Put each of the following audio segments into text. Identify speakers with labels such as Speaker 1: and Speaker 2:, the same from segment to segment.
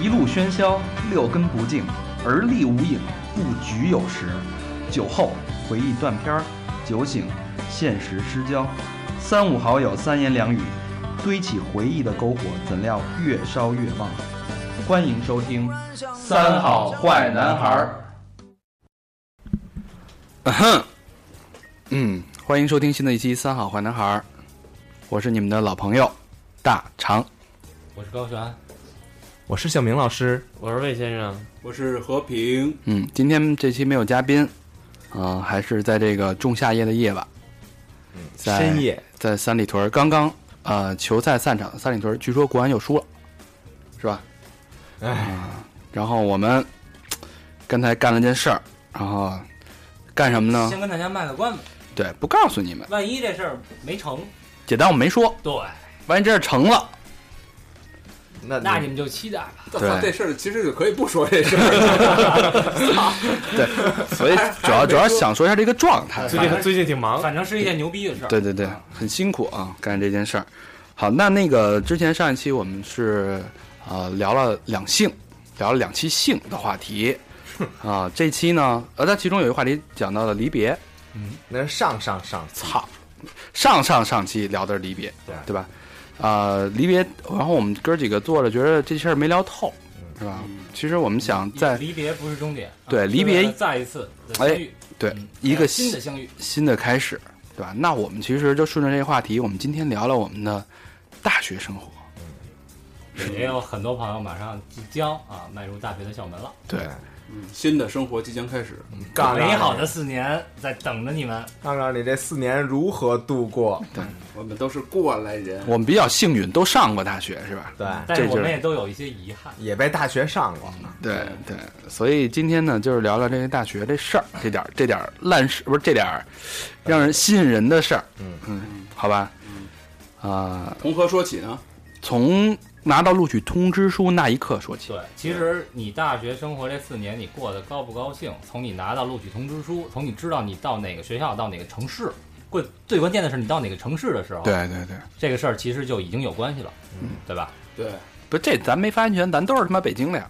Speaker 1: 一路喧嚣，六根不净，而立无影，不局有时。酒后回忆断片儿，酒醒现实失焦。三五好友三言两语，堆起回忆的篝火，怎料越烧越旺。欢迎收听《三好坏男孩儿》。
Speaker 2: 嗯，欢迎收听新的一期《三好坏男孩》，儿》，我是你们的老朋友大长。
Speaker 3: 我是高璇，
Speaker 4: 我是小明老师，
Speaker 3: 我是魏先生，
Speaker 5: 我是和平，
Speaker 2: 嗯，今天这期没有嘉宾，啊、还是在这个仲夏夜的夜晚，在
Speaker 4: 深夜
Speaker 2: 在三里屯儿刚刚呃球赛散场，三里屯儿据说国安又输了，是吧？呃
Speaker 4: 哎，
Speaker 2: 然后我们刚才干了件事儿，然后干什么呢？
Speaker 3: 先跟大家卖个关子，
Speaker 2: 对，不告诉你们，
Speaker 3: 万一这事儿没成，
Speaker 2: 姐当我没说，
Speaker 3: 对，
Speaker 2: 万一这事儿成了，
Speaker 4: 那
Speaker 3: 那你们就期待吧。
Speaker 5: 我
Speaker 2: 对
Speaker 5: 操，这事儿其实就可以不说这事 儿。
Speaker 2: 所以主 要主要想说一下这个状态。
Speaker 4: 最近最近挺忙，
Speaker 3: 反正是一件牛逼的事儿。
Speaker 2: 对对对，很辛苦啊，干这件事儿。好，那那个之前上一期我们是呃聊了两性，聊了两期性的话 题啊、这期呢，呃，它其中有一个话题讲到了离别，
Speaker 4: 那是上上上，
Speaker 2: 操，上上上期聊的是离别，
Speaker 4: 对
Speaker 2: 对吧？呃，离别，然后我们哥几个坐着，觉得这事儿没聊透，
Speaker 3: 嗯
Speaker 2: 是吧？其实我们想在
Speaker 3: 离别不是终点，
Speaker 2: 对
Speaker 3: 啊
Speaker 2: 离别
Speaker 3: 是为了再一次的相遇，
Speaker 2: 对
Speaker 3: 嗯
Speaker 2: 一个
Speaker 3: 新的相遇。
Speaker 2: 新的开始，对吧？那我们其实就顺着这个话题，我们今天聊聊我们的大学生活。
Speaker 3: 也有很多朋友马上即将啊迈入大学的校门了，
Speaker 2: 对，
Speaker 5: 新的生活即将开始，
Speaker 2: 嗯
Speaker 4: 杠杠
Speaker 3: 美好的四年在等着你们。
Speaker 4: 杠杠，你这四年如何度过？
Speaker 5: 我们都是过来人。
Speaker 2: 我们比较幸运，都上过大学，是吧？
Speaker 4: 对，
Speaker 3: 但是
Speaker 2: 这就是
Speaker 3: 我们也都有一些遗憾，
Speaker 4: 也被大学上过，
Speaker 2: 对对，所以今天呢，就是聊聊这些大学这事儿，这点儿这点儿烂事，不是这点儿让人吸引人的事儿。
Speaker 4: 嗯
Speaker 2: 好吧。啊、
Speaker 5: 从何说起呢？
Speaker 2: 从拿到录取通知书那一刻说起。
Speaker 3: 对，其实你大学生活这四年，你过得高不高兴，从你拿到录取通知书，从你知道你到哪个学校、到哪个城市，关最关键的是你到哪个城市的时候，
Speaker 2: 对对对，
Speaker 3: 这个事儿其实就已经有关系了，
Speaker 4: 嗯
Speaker 3: 对吧？
Speaker 5: 对，
Speaker 2: 不，这咱没发言权，咱都是他妈北京的呀。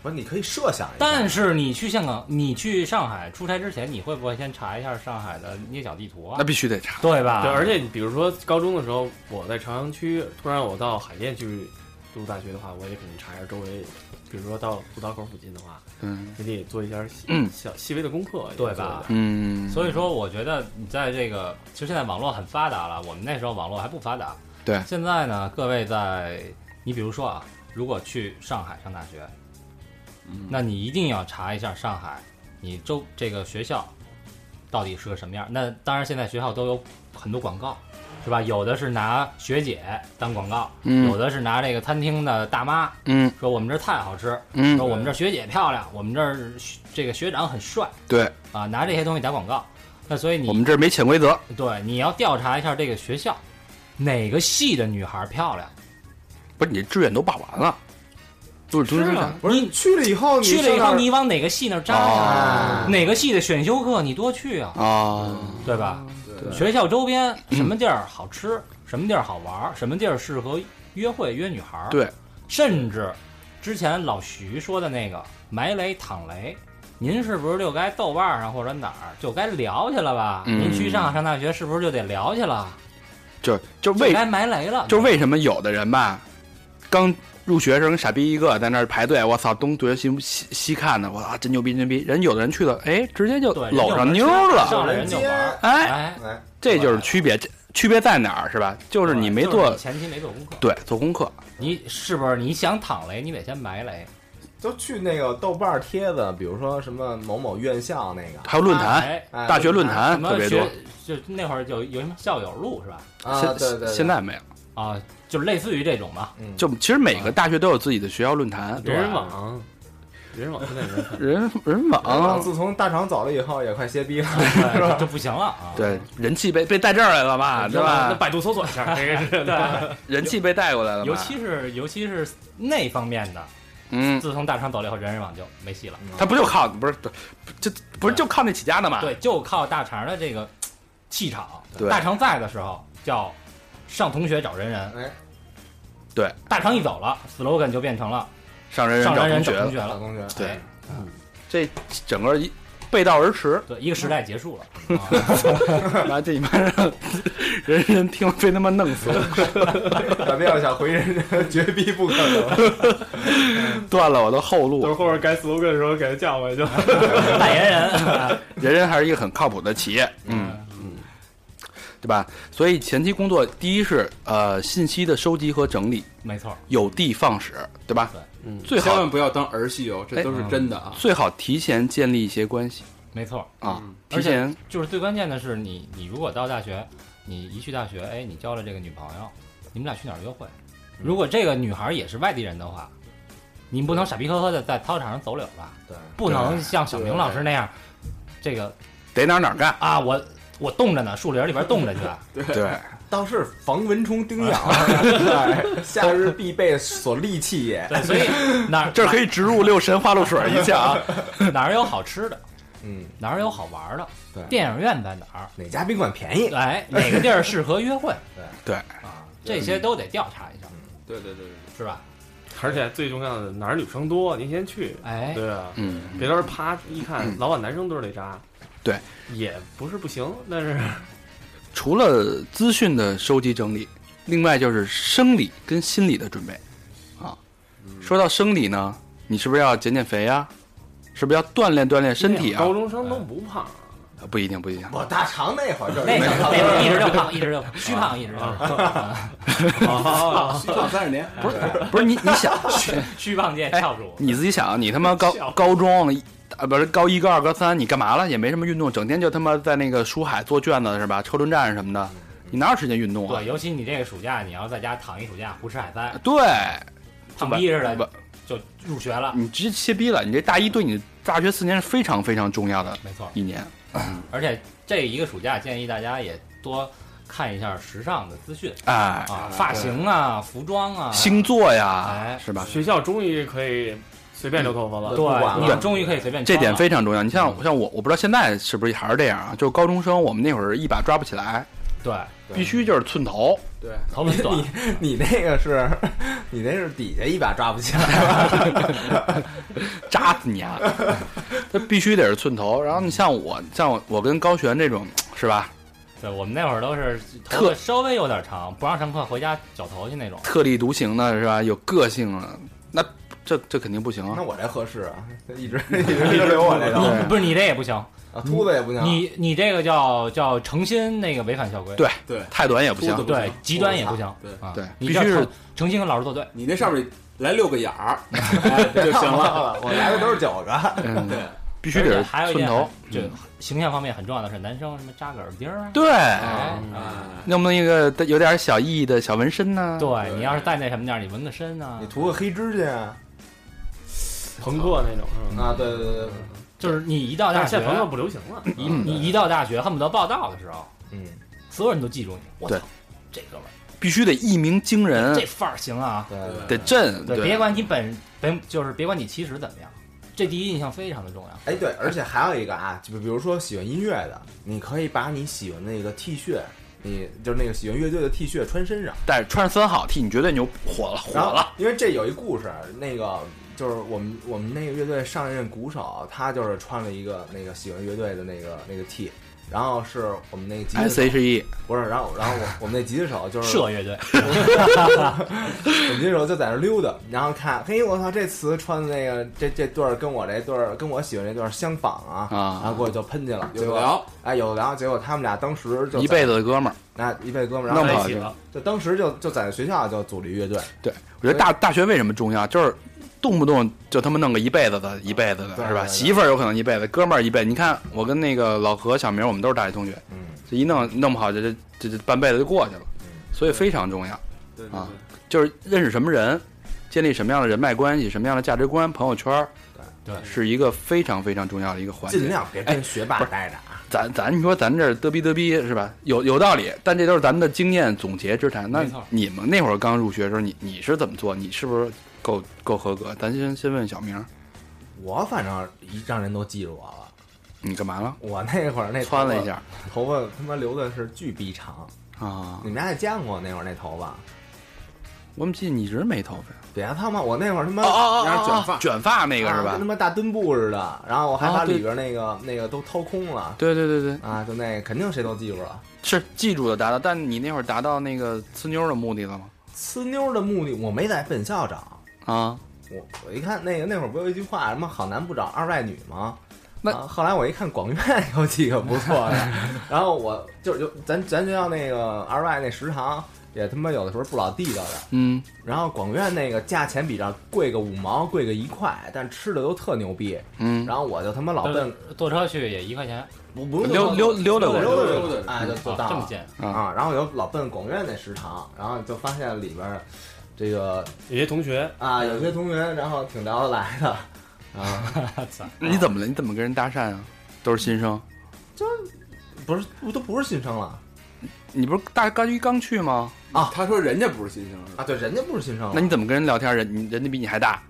Speaker 4: 不是？你可以设想一下，
Speaker 3: 但是你去香港、你去上海出差之前，你会不会先查一下上海的捏脚地图啊
Speaker 2: 那？必须得查。
Speaker 3: 对吧？
Speaker 6: 对，而且你比如说高中的时候，我在朝阳区，突然我到海淀去读大学的话，我也肯定查一下周围，比如说到五道口附近的话，
Speaker 2: 嗯
Speaker 6: 你得做一下细、
Speaker 2: 嗯
Speaker 6: 小细微的功课，
Speaker 3: 对
Speaker 6: 也做一
Speaker 3: 吧
Speaker 6: 点？
Speaker 2: 嗯，
Speaker 3: 所以说，我觉得你在这个，其实现在网络很发达了，我们那时候网络还不发达。
Speaker 2: 对
Speaker 3: 现在呢，各位在，你比如说啊，如果去上海上大学，
Speaker 2: 嗯
Speaker 3: 那你一定要查一下上海，你周这个学校到底是个什么样。那当然，现在学校都有很多广告，是吧？有的是拿学姐当广告，
Speaker 2: 嗯
Speaker 3: 有的是拿这个餐厅的大妈
Speaker 2: 嗯
Speaker 3: 说我们这儿菜好吃，说
Speaker 2: 嗯，
Speaker 3: 我们这儿学姐漂亮，我们这儿学这个学长很帅。
Speaker 2: 对
Speaker 3: 啊，拿这些东西打广告。那所以你
Speaker 2: 我们这儿没潜规则。
Speaker 3: 对你要调查一下这个学校，哪个系的女孩漂亮？
Speaker 2: 不是你志愿都报完了，录取通知
Speaker 6: 是
Speaker 2: 书
Speaker 6: 啊，
Speaker 4: 不是你去了以后，
Speaker 3: 去了以
Speaker 4: 上
Speaker 3: 后
Speaker 4: 那儿
Speaker 3: 你往哪个系那儿扎呀？
Speaker 2: 哦
Speaker 3: 哪个系的选修课你多去啊，
Speaker 2: 啊，
Speaker 3: 对吧？
Speaker 5: 对
Speaker 3: 学校周边什么地儿好吃，什么地儿好玩，什么地儿适合约会约女孩？
Speaker 2: 对，
Speaker 3: 甚至之前老徐说的那个埋雷躺雷。您是不是就该豆瓣上或者哪儿就该聊去了吧？
Speaker 2: 嗯
Speaker 3: 您去上海上大学是不是就得聊去了？
Speaker 2: 就就
Speaker 3: 就
Speaker 2: 为
Speaker 3: 该埋雷了，
Speaker 2: 就为什么有的人吧，刚入学生傻逼一个，在那儿排队，我操，东对西西西看呢，我操，真牛逼，真牛逼！人有的人去了，哎，直接就
Speaker 3: 对
Speaker 2: 搂上妞了，
Speaker 3: 上来人就玩儿，
Speaker 2: 哎，
Speaker 3: 哎，
Speaker 4: 哎，
Speaker 2: 这就是区别，这区别在哪儿是吧？就是你没
Speaker 3: 就是
Speaker 2: 做
Speaker 3: 你前期没做功课，
Speaker 2: 对做功课，
Speaker 3: 你是不是你想躺雷，你得先埋雷，
Speaker 4: 都去那个豆瓣贴子，比如说什么某某院校那个
Speaker 2: 还有论坛，
Speaker 3: 哎
Speaker 6: 啊
Speaker 4: 哎
Speaker 2: 大学论
Speaker 3: 什
Speaker 2: 坛特
Speaker 3: 么
Speaker 2: 别
Speaker 3: 学
Speaker 2: 多。
Speaker 3: 就那会儿有有什么校友录是吧？
Speaker 4: 啊，
Speaker 2: 现
Speaker 4: 对对对，
Speaker 2: 现在没有，
Speaker 3: 啊，就类似于这种吧，
Speaker 4: 嗯
Speaker 2: 就其实每个大学都有自己的学校论坛，
Speaker 6: 人人网，人人网 现在也是
Speaker 2: 人人
Speaker 4: 啊，
Speaker 2: 网，
Speaker 4: 自从大厂走了以后，也快歇逼 了，
Speaker 3: 对就就不行了啊。
Speaker 2: 对人气被被带这儿来了吧，对
Speaker 6: 那
Speaker 2: 吧？
Speaker 6: 百度搜索 一下，这个是 对，
Speaker 2: 人气被带过来了吧，
Speaker 3: 尤其是尤其是那方面的，
Speaker 2: 嗯，
Speaker 3: 自从大厂走了以后，人人网就没戏了。
Speaker 2: 他不就靠不是就不是就靠那起家的嘛？
Speaker 3: 对，就靠大肠的这个气场。
Speaker 2: 啊对
Speaker 3: 大肠在的时候叫上同学找人人，
Speaker 4: 哎，
Speaker 2: 对，
Speaker 3: 大肠一走了，slogan 就变成了
Speaker 2: 上人人
Speaker 3: 上
Speaker 2: 找
Speaker 3: 山
Speaker 2: 同
Speaker 3: 人
Speaker 2: 学
Speaker 3: 找同
Speaker 2: 了，
Speaker 3: 学
Speaker 4: 打
Speaker 3: 了，
Speaker 4: 同学，
Speaker 2: 对
Speaker 3: 哎
Speaker 2: 这整个一背道而 驰，
Speaker 3: 对，一个时代结束了。 啊
Speaker 2: 妈这你妈让人人听了被他妈弄死了，
Speaker 4: 改变哎要想回人，绝逼不可能。
Speaker 2: 断了我的后路
Speaker 6: 等。会儿改 slogan 的时候给他叫回去。
Speaker 3: 代言人，
Speaker 2: 人人还是一个很靠谱的企业，嗯嗯，对吧？所以前期工作，第一是呃信息的收集和整理，
Speaker 3: 没错，
Speaker 2: 有的放矢，对吧？
Speaker 3: 对
Speaker 6: 嗯
Speaker 2: 最
Speaker 5: 千
Speaker 2: 好
Speaker 5: 万不要当儿戏哦，
Speaker 2: 哎
Speaker 5: 这都
Speaker 2: 嗯
Speaker 5: 是真的啊。
Speaker 2: 最好提前建立一些关系
Speaker 3: 没错，
Speaker 2: 啊
Speaker 5: 嗯，
Speaker 2: 提前
Speaker 3: 就是最关键的是你，你如果到大学，你一去大学，哎，你交了这个女朋友，你们俩去哪儿约会？如果这个女孩也是外地人的话，你不能傻逼呵呵的在操场上走柳吧？
Speaker 4: 对，
Speaker 3: 不能像小明老师那样，这个
Speaker 2: 得哪儿哪儿干，
Speaker 3: 啊，我我冻着呢，树林里边冻着去，
Speaker 2: 对，
Speaker 4: 倒是防蚊虫叮咬，哎 夏日必备所利器也。
Speaker 3: 对，所以哪儿
Speaker 2: 这儿可以植入六神花露水一下 啊，
Speaker 3: 哪儿有好吃的，
Speaker 4: 嗯，
Speaker 3: 哪儿有好玩的，
Speaker 4: 对
Speaker 3: 电影院在哪儿？
Speaker 4: 哪家宾馆便宜？
Speaker 3: 哎，哪个地儿适合约会？
Speaker 2: 对
Speaker 3: 啊，这些都得调查一下，
Speaker 5: 对对对对，
Speaker 3: 是吧？
Speaker 6: 而且最重要的，哪儿女生多，您先去。
Speaker 3: 哎，
Speaker 6: 对啊，
Speaker 2: 嗯，
Speaker 6: 别到时候啪一看，老往男生堆里扎。
Speaker 2: 对，
Speaker 6: 也不是不行，但是
Speaker 2: 除了资讯的收集整理，另外就是生理跟心理的准备啊。说到生理呢，你是不是要减减肥啊？是不是要锻炼锻炼身体啊
Speaker 6: 高？中生都不胖啊。
Speaker 2: 啊不一定，不一定。
Speaker 4: 我大肠那会儿就是
Speaker 3: 那个那个一直就胖，一直就胖，虚胖一直就
Speaker 2: 啊
Speaker 3: 胖，
Speaker 5: 虚胖啊三十年，不是
Speaker 2: 不是你，你想
Speaker 3: 虚胖界翘楚。
Speaker 2: 你自己想啊，你他妈高
Speaker 6: 笑
Speaker 2: 高中了，啊不是高一高二高三，你干嘛了？也没什么运动，整天就他妈在那个书海做卷子是吧？车轮战什么的，你哪有时间运动啊
Speaker 3: 对，？尤其你这个暑假，你要在家躺一暑假，胡吃海塞，
Speaker 2: 对，
Speaker 3: 胖逼似
Speaker 2: 呃不嗯
Speaker 3: 的就入学了。
Speaker 2: 你直接切逼了。你这大一对你大学四年是非常非常重要的
Speaker 3: 没错，
Speaker 2: 一年。
Speaker 3: 而且这一个暑假，建议大家也多看一下时尚的资讯
Speaker 2: 哎，
Speaker 3: 啊，发型啊，服装啊，
Speaker 2: 星座呀
Speaker 3: 哎，
Speaker 2: 是吧？
Speaker 6: 学校终于可以随便留头发了。
Speaker 4: 不管了
Speaker 3: 对，你们终于可以随便
Speaker 2: 这
Speaker 3: 穿
Speaker 2: 点
Speaker 3: 了
Speaker 2: 非常重要。你像
Speaker 3: 嗯
Speaker 2: 像我，我不知道现在是不是还是这样啊？就是高中生，我们那会儿一把抓不起来，
Speaker 3: 对，
Speaker 2: 必须就是寸头。
Speaker 5: 对，
Speaker 3: 头轮 短，
Speaker 4: 你那个是，你那是底下一把抓不起来，
Speaker 2: 扎死你 啊！这必须得是寸头。然后你像我，像我，我跟高璇这种是吧，
Speaker 3: 对我们那会儿都是头
Speaker 2: 特
Speaker 3: 发稍微有点长，不让上课回家绞头去那种。
Speaker 2: 特立独行的是吧，有个性了，那这这肯定不行啊
Speaker 4: 那。我这合适啊，一直一直留我这个
Speaker 2: 对
Speaker 3: 你哦不是你这也不行，
Speaker 4: 啊，秃子也啊不行啊，
Speaker 3: 你你这个叫叫诚心那个违反校规，
Speaker 2: 对
Speaker 5: 对
Speaker 2: 太短也不行
Speaker 5: 秃，子不
Speaker 3: 对
Speaker 5: 行
Speaker 3: 极端也不行，
Speaker 5: 对
Speaker 3: 啊
Speaker 2: 对
Speaker 3: 你
Speaker 2: 必
Speaker 3: 这
Speaker 2: 须是
Speaker 3: 诚诚心跟老师作对，
Speaker 5: 你那上面来六个眼儿哎就行了。
Speaker 4: 啊 我来的都是九个，
Speaker 2: 嗯，
Speaker 5: 对，
Speaker 2: 必须
Speaker 3: 而且
Speaker 2: 得
Speaker 3: 还
Speaker 2: 是
Speaker 3: 有一
Speaker 2: 寸
Speaker 3: 点
Speaker 2: 头。
Speaker 3: 很，就形象方面很重要的是，男生什么扎个耳钉儿啊，
Speaker 2: 嗯对，
Speaker 3: 哎
Speaker 2: 嗯
Speaker 5: 啊，
Speaker 2: 弄不弄一个有点小意义的小纹身呢？
Speaker 3: 对你要是在那什么地儿，你纹个身啊
Speaker 4: 你，涂个黑指甲啊
Speaker 6: 朋克那种嗯是吧？
Speaker 4: 啊，对对对对，
Speaker 3: 就是你一到大
Speaker 6: 但是
Speaker 3: 学
Speaker 6: 现在，朋克不流行了。
Speaker 2: 嗯
Speaker 3: 一你一到大学恨不得报道的时候，
Speaker 4: 嗯，
Speaker 3: 所有人都记住你，我操
Speaker 2: 对，嗯
Speaker 3: 这哥们儿
Speaker 2: 必须得一鸣惊人
Speaker 3: 这，范儿行啊，
Speaker 4: 对对
Speaker 2: 得震。
Speaker 3: 对，别管你本本就是别管你其实怎么样，这第一印象非常的重要。
Speaker 4: 哎，对，而且还有一个啊，就比如说喜欢音乐的，你可以把你喜欢的那个 T 恤，你就是那个喜欢乐队的 T 恤穿身上，
Speaker 2: 但是穿上三好 T，你绝对牛火了火
Speaker 4: 然后
Speaker 2: 了。
Speaker 4: 因为这有一故事，那个就是我们我们那个乐队上一任鼓手，他就是穿了一个那个喜欢乐队的那个那个 T，然后是我们那个吉他
Speaker 2: S
Speaker 4: 手，
Speaker 2: H E
Speaker 4: 不是，然后然后我我们那吉他手就是
Speaker 3: 社乐队，
Speaker 4: 我们那时候就在那溜达，然后看，嘿，我操，这词穿的那个这这对儿跟我这对儿跟我喜欢这对儿相仿啊，
Speaker 2: 啊
Speaker 4: 然后过去就喷去了，
Speaker 5: 有
Speaker 4: 结
Speaker 5: 的
Speaker 4: 果
Speaker 5: 聊，
Speaker 4: 哎有的聊，结果他们俩当时就
Speaker 2: 一辈子的哥们儿，
Speaker 4: 那一辈子哥们儿，
Speaker 2: 那
Speaker 4: 然
Speaker 2: 么
Speaker 4: 后
Speaker 2: 好就。
Speaker 4: 就当时就就在学校就组了一乐队，
Speaker 2: 对，我觉得大大学为什么重要，就是动不动就他妈弄个一辈子的，一辈子的
Speaker 4: 对
Speaker 2: 是吧？
Speaker 4: 对对
Speaker 2: 媳妇儿有可能一辈子，哥们儿一辈子。你看我跟那个老何、小明，我们都是大学同学，
Speaker 4: 嗯，
Speaker 2: 这一弄弄不好，这这这这半辈子就过去了，所以非常重要，
Speaker 5: 对对
Speaker 2: 啊就是认识什么人。建立什么样的人脉关系，什么样的价值观，朋友圈儿
Speaker 3: 对，
Speaker 2: 是一个非常非常重要的一个环节。
Speaker 4: 尽量别
Speaker 2: 哎
Speaker 4: 跟学霸待着啊，
Speaker 2: 咱咱你说咱这儿嘚逼嘚逼是吧？有有道理，但这都是咱们的经验总结之谈。那
Speaker 3: 没错
Speaker 2: 你们那会儿刚入学的时候，你你是怎么做？你是不是够够合格？咱先先问小明，
Speaker 4: 我反正一让人都记住我了。
Speaker 2: 你干嘛了？
Speaker 4: 我那会儿那头发
Speaker 2: 窜了一，下
Speaker 4: 头发他妈留的是巨逼长，
Speaker 2: 啊
Speaker 4: 你！们家也见过我那会儿那头发，
Speaker 2: 我怎么记得你一直没头发呀？
Speaker 4: 别他妈，我那会儿他妈
Speaker 2: 哦
Speaker 5: 然后卷发，
Speaker 2: 卷发那个是
Speaker 4: 啊跟他
Speaker 2: 吧？
Speaker 4: 妈大墩布似的，然后我还
Speaker 2: 啊
Speaker 4: 把
Speaker 2: 对
Speaker 4: 里边那个那个都掏空了
Speaker 2: 对对对对，
Speaker 4: 啊，就那个肯定谁都记住了。
Speaker 2: 是记住了达到，但你那会儿达到那个呲妞的目的了吗？
Speaker 4: 呲妞的目的我没在本校找，
Speaker 2: 啊，
Speaker 4: 我我一看那个那会儿不有一句话什么好男不找二外女吗？
Speaker 2: 那
Speaker 4: 啊后来我一看广院有几个不错的，然后我就是就咱咱学校那个二外那食堂也他妈有的时候不老地道的，
Speaker 2: 嗯，
Speaker 4: 然后广院那个价钱比这儿贵个五毛，贵个一块，但吃的都特牛逼。
Speaker 2: 嗯
Speaker 4: 然后我就他妈老
Speaker 3: 但
Speaker 4: 奔
Speaker 3: 是坐车去也一块钱，
Speaker 4: 不不用
Speaker 2: 溜溜溜达过去
Speaker 4: 溜达
Speaker 5: 溜达
Speaker 4: 哎，就做
Speaker 3: 啊
Speaker 4: 到
Speaker 3: 这么
Speaker 4: 了
Speaker 3: 见
Speaker 4: 啊。然后我就老奔广院那食堂，然后就发现里边儿这个
Speaker 6: 有些同学
Speaker 4: 啊，有些同学然后挺聊得来的啊，
Speaker 2: 你怎么了？你怎么跟人搭讪啊？都是新生，
Speaker 4: 不是不都不是新生了
Speaker 2: 你不是大刚一刚去吗？
Speaker 5: 他说人家不是新生儿，
Speaker 4: 啊，对，人家不是新生
Speaker 2: 那你
Speaker 4: 了，
Speaker 2: 怎么跟人聊天？人人家比你还大，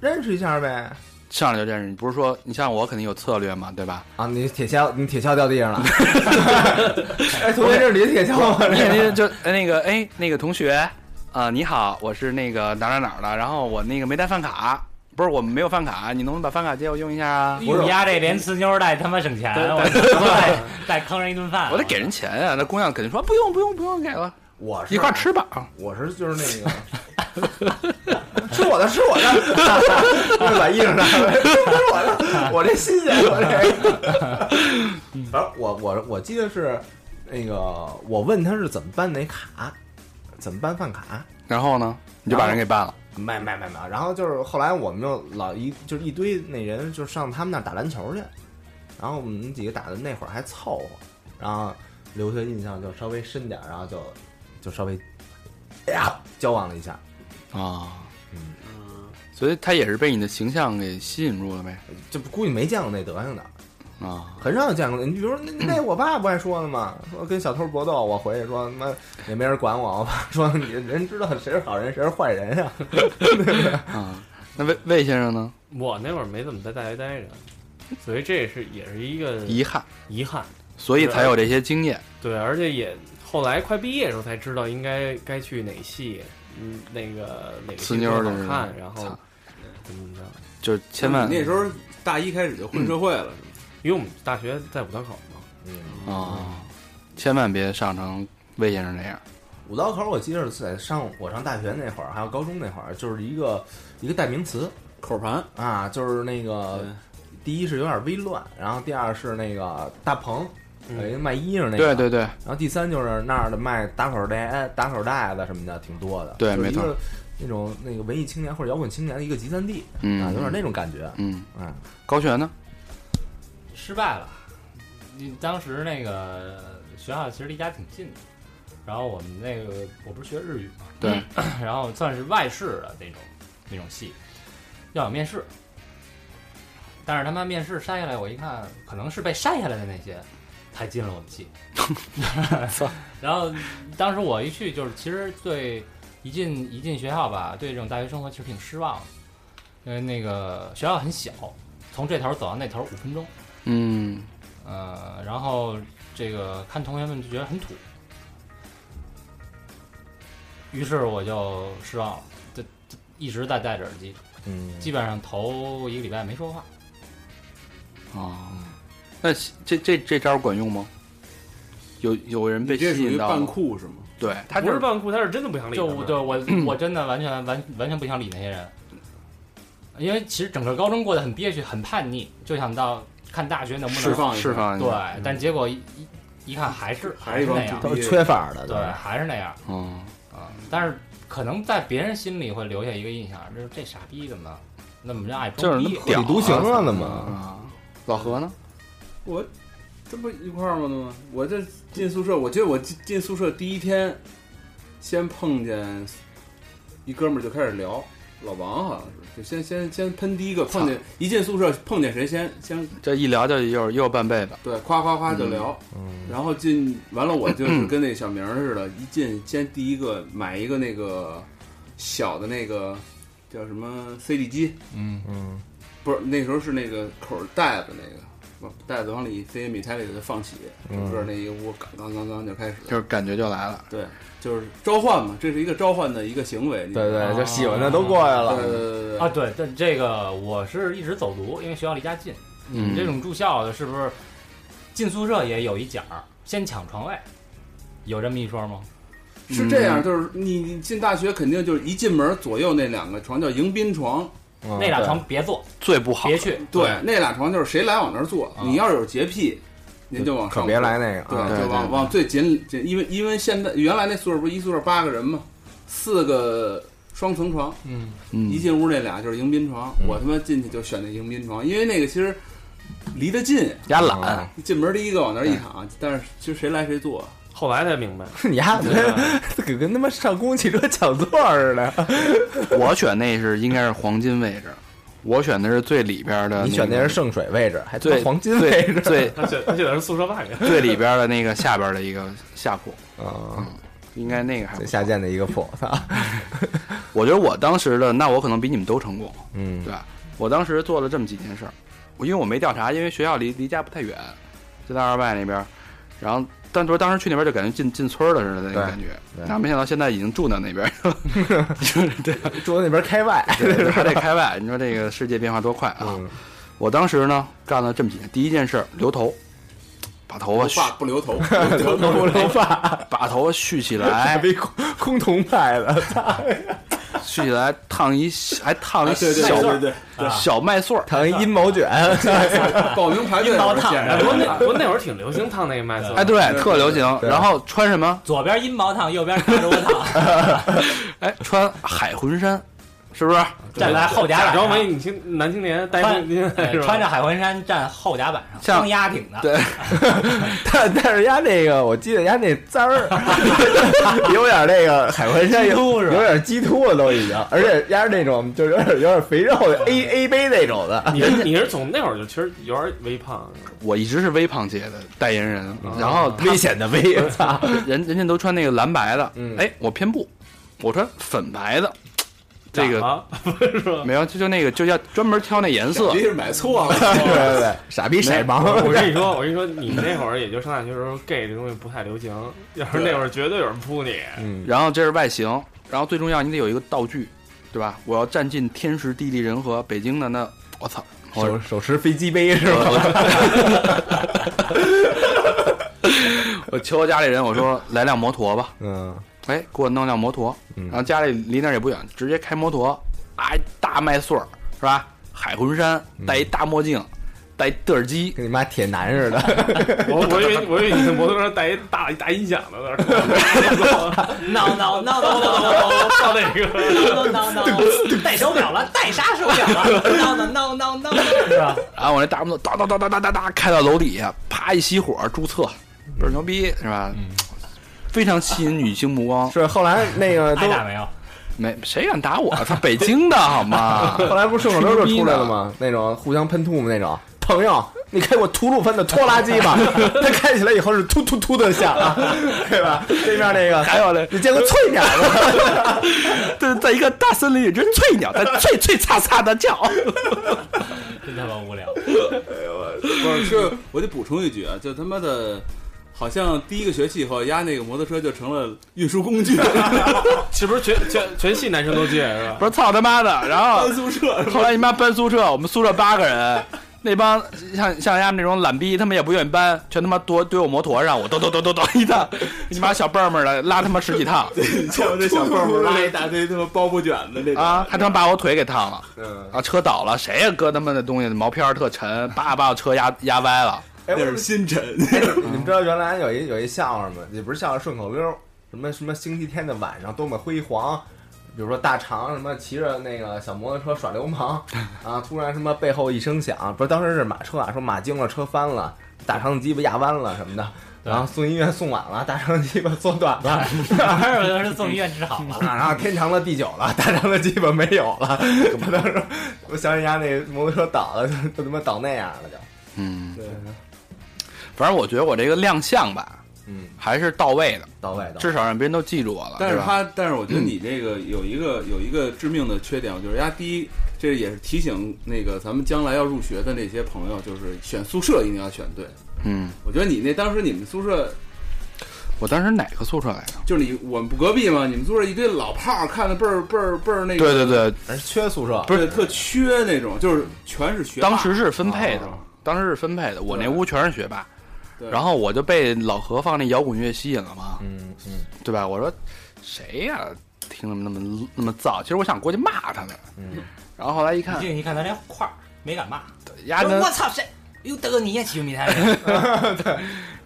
Speaker 4: 认识一下呗。
Speaker 2: 上来就认识你，不是说你像我肯定有策略嘛，对 吧？
Speaker 4: 啊，你铁锹，你铁锹掉地 上了。哎，同学，这是你的铁锹吗？
Speaker 2: 你
Speaker 4: 这
Speaker 2: 肯
Speaker 4: 个
Speaker 2: 定就哎那个哎那个同学啊、你好，我是那个哪儿哪儿哪儿的，然后我那个没带饭卡，不是我们没有饭卡，你能不能把饭卡借我用一下
Speaker 5: 哎
Speaker 2: 啊？
Speaker 3: 你们哎家这连呲妞带他妈省钱，我带带坑人一顿饭，
Speaker 2: 我得给人钱啊！那姑娘肯定说不用不用不用给了，
Speaker 4: 我是
Speaker 2: 一块儿吃吧啊！
Speaker 4: 我是就是那个，吃我的，吃我的， 就是把衣裳拿来，吃我的，我这新鲜，我这。反正我我我记得是那个，我问他是怎么办那卡，怎么办饭卡，
Speaker 2: 然后呢，你就把人给办了。
Speaker 4: 没没没没。然后就是后来我们就老一就是一堆那人就上他们那儿打篮球去，然后我们几个打的那会儿还凑合，然后留下印象就稍微深点儿，然后就就稍微，哎呀，交往了一下。
Speaker 2: 啊，
Speaker 5: 嗯，
Speaker 2: 所以他也是被你的形象给吸引住了呗。
Speaker 4: 就估计没见过那德行的，
Speaker 2: 啊，
Speaker 4: 很少有见过的。你比如那那我爸不还说呢吗？说跟小偷搏斗，我回去说他妈也没人管我。我爸说你人知道谁是好人谁是坏人呀、
Speaker 2: 啊，那魏魏先生呢？
Speaker 6: 我那会儿没怎么在大学待着，所以这也是也是一个
Speaker 2: 遗憾，
Speaker 6: 遗憾。
Speaker 2: 所以才有这些经验。
Speaker 6: 对，而且也后来快毕业的时候才知道应该该去哪系，嗯，那个哪个
Speaker 2: 呲
Speaker 6: 系
Speaker 2: 妞儿
Speaker 6: 更
Speaker 2: 的人
Speaker 6: 好看，然后
Speaker 2: 操
Speaker 6: 怎么着？
Speaker 2: 就是千万
Speaker 5: 哦
Speaker 2: 嗯
Speaker 5: 你那时候大一开始就混社会了，是吗？
Speaker 6: 因为我们大学在五道口嘛，
Speaker 4: 嗯，
Speaker 2: 啊，千万别上成魏先生那样。
Speaker 4: 五道口我记得是在上我上大学那会儿，还有高中那会儿，就是一个一个代名词
Speaker 5: 口盘，
Speaker 4: 啊，就是那个第一是有点微乱，然后第二是那个大棚。
Speaker 6: 嗯
Speaker 4: 有一个卖衣裳那个，
Speaker 2: 对对对，
Speaker 4: 然后第三就是那儿的卖打口袋、打口袋子什么的，挺多的。
Speaker 2: 对
Speaker 4: 就是一
Speaker 2: 没
Speaker 4: 个那种那个文艺青年或者摇滚青年的一个集散地啊，有点
Speaker 2: 嗯
Speaker 4: 那种感觉。
Speaker 2: 嗯，
Speaker 4: 嗯，
Speaker 2: 高璇呢？
Speaker 3: 失败了。你当时那个学校其实离家挺近的，然后我们那个我不是学日语嘛，
Speaker 2: 对，
Speaker 3: 然后算是外事的那种那种戏，要有面试。但是他妈面试筛下来，我一看可能是被筛下来的那些，才进了我们系。 然后当时我一去，就是其实对一进一进学校吧，对这种大学生活其实挺失望的，因为那个学校很小，从这头走到那头五分钟。
Speaker 2: 嗯，
Speaker 3: 呃，然后这个看同学们就觉得很土，于是我就失望了，就就一直在戴着耳机，
Speaker 4: 嗯，
Speaker 3: 基本上头一个礼拜没说话。
Speaker 2: 啊，
Speaker 4: 嗯
Speaker 2: 那这这这招管用吗？有有人被
Speaker 5: 你这属
Speaker 2: 吸引
Speaker 5: 于
Speaker 2: 到
Speaker 5: 扮
Speaker 2: 吗
Speaker 5: 酷是吗？
Speaker 2: 对他
Speaker 6: 不
Speaker 2: 就是
Speaker 6: 扮酷，他是真的不想理
Speaker 3: 就
Speaker 6: 他
Speaker 3: 我
Speaker 6: 们。
Speaker 3: 对我我真的完全完完全不想理那些人，因为其实整个高中过得很憋屈，很叛逆，就想到看大学能不能
Speaker 5: 释放一下
Speaker 2: 释放一下
Speaker 3: 对，但结果一一一看嗯还是
Speaker 5: 还
Speaker 3: 是
Speaker 5: 一帮
Speaker 3: 那样，
Speaker 5: 土
Speaker 4: 都是缺法的，
Speaker 3: 对，还是那样。
Speaker 2: 嗯，
Speaker 3: 啊，但是可能在别人心里会留下一个印象，就是这傻逼怎么那么热爱
Speaker 2: 就是
Speaker 3: 装
Speaker 2: 那
Speaker 3: 逼
Speaker 2: 么？
Speaker 4: 对
Speaker 2: 屌
Speaker 4: 你独行了呢嘛。
Speaker 2: 啊。老何呢？
Speaker 5: 我这不一块儿吗？都我这进宿舍，我记得我进进宿舍第一天，先碰见一哥们儿就开始聊，老王好像是，就先先先喷第一个碰见，一进宿舍碰见谁先先
Speaker 2: 这一聊就又又半辈子，
Speaker 5: 对夸夸夸就聊，
Speaker 4: 嗯，
Speaker 5: 然后进完了我就是跟那小明儿似的，一进先第一个买一个那个小的那个叫什么 CD 机，
Speaker 3: 嗯，
Speaker 4: 嗯，
Speaker 5: 不是那时候是那个口儿带子那个，我袋子往里塞米泰里就放血，
Speaker 4: 嗯
Speaker 5: 整个那一屋杠杠杠杠就开始，
Speaker 2: 就是感觉就来了。
Speaker 5: 对，就是召唤嘛，这是一个召唤的一个行为。你
Speaker 4: 对
Speaker 5: 知道吗
Speaker 4: 对，就喜欢的都过来
Speaker 5: 对对
Speaker 4: 了，
Speaker 5: 对对
Speaker 3: 啊，
Speaker 5: 对，
Speaker 3: 对，但这个我是一直走读，因为学校离家近。你们
Speaker 2: 嗯
Speaker 3: 这种住校的，是不是进宿舍也有一讲儿，先抢床位？有这么一说吗？
Speaker 5: 是这样，就是你你进大学肯定就是一进门左右那两个床叫迎宾床，
Speaker 4: 嗯
Speaker 3: 那俩
Speaker 4: 对
Speaker 3: 床别坐，
Speaker 2: 最不好
Speaker 3: 别去。
Speaker 5: 对，那俩床就是谁来往那儿坐
Speaker 3: 啊，
Speaker 5: 你要是有洁癖，您就往上
Speaker 4: 可别来那个
Speaker 5: 坐，
Speaker 4: 啊，
Speaker 5: 对，
Speaker 2: 对
Speaker 5: 就往
Speaker 2: 对
Speaker 5: 往最紧紧，因为因为现在原来那宿舍不是一宿舍八个人嘛，四个双层床，
Speaker 6: 嗯，
Speaker 2: 嗯，
Speaker 5: 一进屋那俩就是迎宾床，
Speaker 4: 嗯
Speaker 5: 我他妈进去就选那迎宾床，因为那个其实离得近，
Speaker 2: 家
Speaker 4: 啊
Speaker 2: 懒，
Speaker 5: 进门第一个往那儿一躺，但是其实谁来谁坐，
Speaker 6: 后来才 明白，
Speaker 4: 你丫
Speaker 3: 啊
Speaker 4: 跟跟 跟他妈上公共汽车抢座似的，
Speaker 2: 我选那是应该是黄金位置，我选的是最里边的个。
Speaker 4: 你选那是圣水位置，还他妈
Speaker 2: 最
Speaker 4: 黄金位 置
Speaker 2: 最
Speaker 6: 他选他选的是宿舍外面。
Speaker 2: 最里边的那个下边的一个下铺，
Speaker 4: 啊，
Speaker 2: 应该那个还不
Speaker 4: 最
Speaker 2: 错
Speaker 4: 下贱的一个铺，操，
Speaker 2: 我觉得我当时的，那我可能比你们都成功，
Speaker 4: 嗯
Speaker 2: 对吧？我当时做了这么几件事儿，我因为我没调查，因为学校离离家不太远，就在二外那边儿，然后但是当时去那边就感觉进进村儿了似的那
Speaker 4: 对
Speaker 2: 个感觉，
Speaker 4: 对
Speaker 2: 但没想到现在已经住到那边儿了， 就是对，
Speaker 4: 住在那边开 外，
Speaker 2: 对还得开外，你说这个世界变化多快啊！
Speaker 4: 嗯，
Speaker 2: 我当时呢干了这么几件，第一件事儿留头，把头发
Speaker 5: 不
Speaker 2: 蓄
Speaker 5: 发不留头，
Speaker 4: 留头留发，
Speaker 2: 把头发蓄起来
Speaker 4: 还，被空空同派 的，
Speaker 2: 蓄起来烫一还烫一
Speaker 5: 啊对对
Speaker 2: 小
Speaker 5: 对对
Speaker 2: 小麦穗儿，
Speaker 4: 烫一阴谋 卷，
Speaker 5: 对，报名排队
Speaker 3: 刀
Speaker 5: 我
Speaker 3: 烫
Speaker 5: 见
Speaker 6: 哎，
Speaker 5: 着
Speaker 6: 不过 那不过那会儿挺流行烫那个麦色，
Speaker 2: 哎，对，特流行。
Speaker 4: 对
Speaker 2: 然后穿什么？
Speaker 3: 左边阴毛烫，右边胳肢窝烫，
Speaker 2: 哎，穿海魂衫，是不是？
Speaker 3: 站在后甲
Speaker 6: 假
Speaker 3: 板
Speaker 6: 装为
Speaker 3: 上，
Speaker 6: 你青南青年待
Speaker 3: 穿
Speaker 6: 青年
Speaker 3: 对
Speaker 6: 是吧？
Speaker 3: 穿着海魂衫站后甲板上，
Speaker 2: 像
Speaker 3: 当压挺的。
Speaker 2: 对，
Speaker 4: 但但是人家那个，我记得人家那簪儿 有点那个海魂衫，
Speaker 3: 鸡
Speaker 4: 有
Speaker 3: 突是吧
Speaker 4: 有点鸡突了都已经，而且人家那种就是有点有点肥肉的 A A 杯那种的，
Speaker 6: 你是你是从那会儿就其实有点微胖，
Speaker 2: 我一直是微胖界的代言人。
Speaker 4: 啊嗯
Speaker 2: 然后他
Speaker 4: 危险的危，操！
Speaker 2: 人人家都穿那个蓝白的
Speaker 4: 嗯，
Speaker 2: 哎，我偏不，我穿粉白的。这个
Speaker 6: 啊，
Speaker 2: 没有，就就那个就要专门挑那颜色
Speaker 5: 你。是买错了，
Speaker 4: 对对对，哦 傻逼色 盲，
Speaker 6: 我跟你说，我跟你说，你那会儿也就上大学的时候，gay 这东西不太流行，要是那会儿绝对有人扑你。
Speaker 4: 嗯，
Speaker 2: 然后这是外形，然后最重要你得有一个道具，对吧？我要占尽天时地利人和，北京的那我操， 我
Speaker 4: 手手持飞机杯是吧？
Speaker 2: 我求我家里人，我说来辆摩托吧，
Speaker 4: 嗯，
Speaker 2: 哎，给我弄辆摩托，
Speaker 4: 嗯
Speaker 2: 然后家里离那儿也不远，直接开摩托，哎，大麦穗儿是吧？海魂衫，戴一大墨镜，戴一对儿机，
Speaker 4: 跟你妈铁男似的，
Speaker 6: 我我以为我以为你在摩托车带一大一大音响呢， 在那儿
Speaker 3: 闹闹闹闹闹闹
Speaker 6: 到那个
Speaker 3: 闹闹闹， 戴手表了，戴啥手表了？闹闹闹闹闹，是 吧？
Speaker 2: 然后我那大摩托哒哒哒哒哒哒哒开到楼底下，啪一熄火注册，倍儿牛逼是吧？非常吸引女性目光，
Speaker 4: 是后来那个
Speaker 3: 挨
Speaker 4: 都
Speaker 3: 打没有？
Speaker 2: 没谁敢打我，他北京的好吗？
Speaker 4: 后来不是顺口溜就出来了 吗？那种互相喷吐沫那种。朋友，你开过吐鲁番的拖拉机 吗？它开起来以后是突突突的响啊，对吧？对面那个，
Speaker 2: 还有嘞，
Speaker 4: 你见过翠鸟吗？
Speaker 2: 这在一个大森林里，这翠鸟在脆脆嚓嚓的叫。
Speaker 3: 真他妈无聊。
Speaker 5: 不是，是我得补充一句啊，就他妈的，好像第一个学期以后，压那个摩托车就成了运输工具，
Speaker 6: 是不是全全全系男生都借是吧？
Speaker 2: 不是操他妈 的，然后
Speaker 5: 搬宿舍。
Speaker 2: 后来你妈搬宿舍，我们宿舍八个 人，那帮像像他们那种懒逼，他们也不愿意搬，全他妈多堆我摩托上，我抖抖抖抖抖一 趟，你妈小棒棒的拉他妈十几趟
Speaker 5: 你见我这小胖虎拉一大堆他妈包不卷的那种
Speaker 2: 啊，还他妈把我腿给烫了，啊，车倒了，谁呀搁他妈的东西毛片儿特 沉，叭把我车压压歪了，
Speaker 4: 哎，
Speaker 5: 那
Speaker 4: 我
Speaker 5: 是新陈，
Speaker 4: 你们知道原来有一有一笑话吗？也不是笑话，顺口溜，什么什么星期天的晚上多么辉煌，比如说大肠什么骑着那个小摩托车耍流氓啊，突然什么背后一声响，不是当时是马车啊，说马惊了，车翻了，大肠鸡巴压弯了什么的。然后送医院送晚了，大肠鸡巴缩短了，
Speaker 3: 还有人送医院治好了。
Speaker 4: 啊，然后天长了地久了， 大长的鸡巴没有了。我当时我想起人家那摩托车倒了，就他妈倒那样了就。
Speaker 2: 嗯，
Speaker 4: 对，
Speaker 2: 反正我觉得我这个亮相吧，
Speaker 4: 嗯，
Speaker 2: 还是到位的，
Speaker 4: 到位到位。
Speaker 2: 至少让别人都记住我了，
Speaker 5: 但是
Speaker 2: 对吧？
Speaker 5: 他，但是我觉得你这个有一个有一个致命的缺点，我觉得人家第一，这也是提醒那个咱们将来要入学的那些朋友，就是选宿舍一定要选对。
Speaker 2: 嗯，
Speaker 5: 我觉得你那当时你们宿舍
Speaker 2: 我当时哪个宿舍来着？
Speaker 5: 就是你我们不隔壁嘛，你们宿舍一堆老炮儿，看的倍儿倍儿倍儿那个，
Speaker 2: 对对对，
Speaker 4: 人缺宿舍，
Speaker 2: 不是
Speaker 5: 对特缺那种，就是全是学霸。
Speaker 2: 当时是分配的
Speaker 5: 啊，
Speaker 2: 当时是分配的，我那
Speaker 5: 对
Speaker 2: 屋全是学霸，
Speaker 5: 对，
Speaker 2: 然后我就被老何放那摇滚乐吸引了嘛，
Speaker 4: 嗯嗯
Speaker 2: 对吧？我说谁呀、听那么那么那么燥，其实我想过去骂他们，
Speaker 4: 嗯，
Speaker 2: 然后后来一看，
Speaker 3: 进去一看，咱连块儿没敢骂，
Speaker 2: 压根
Speaker 3: 我操谁？哟，大哥你也骑米台 人？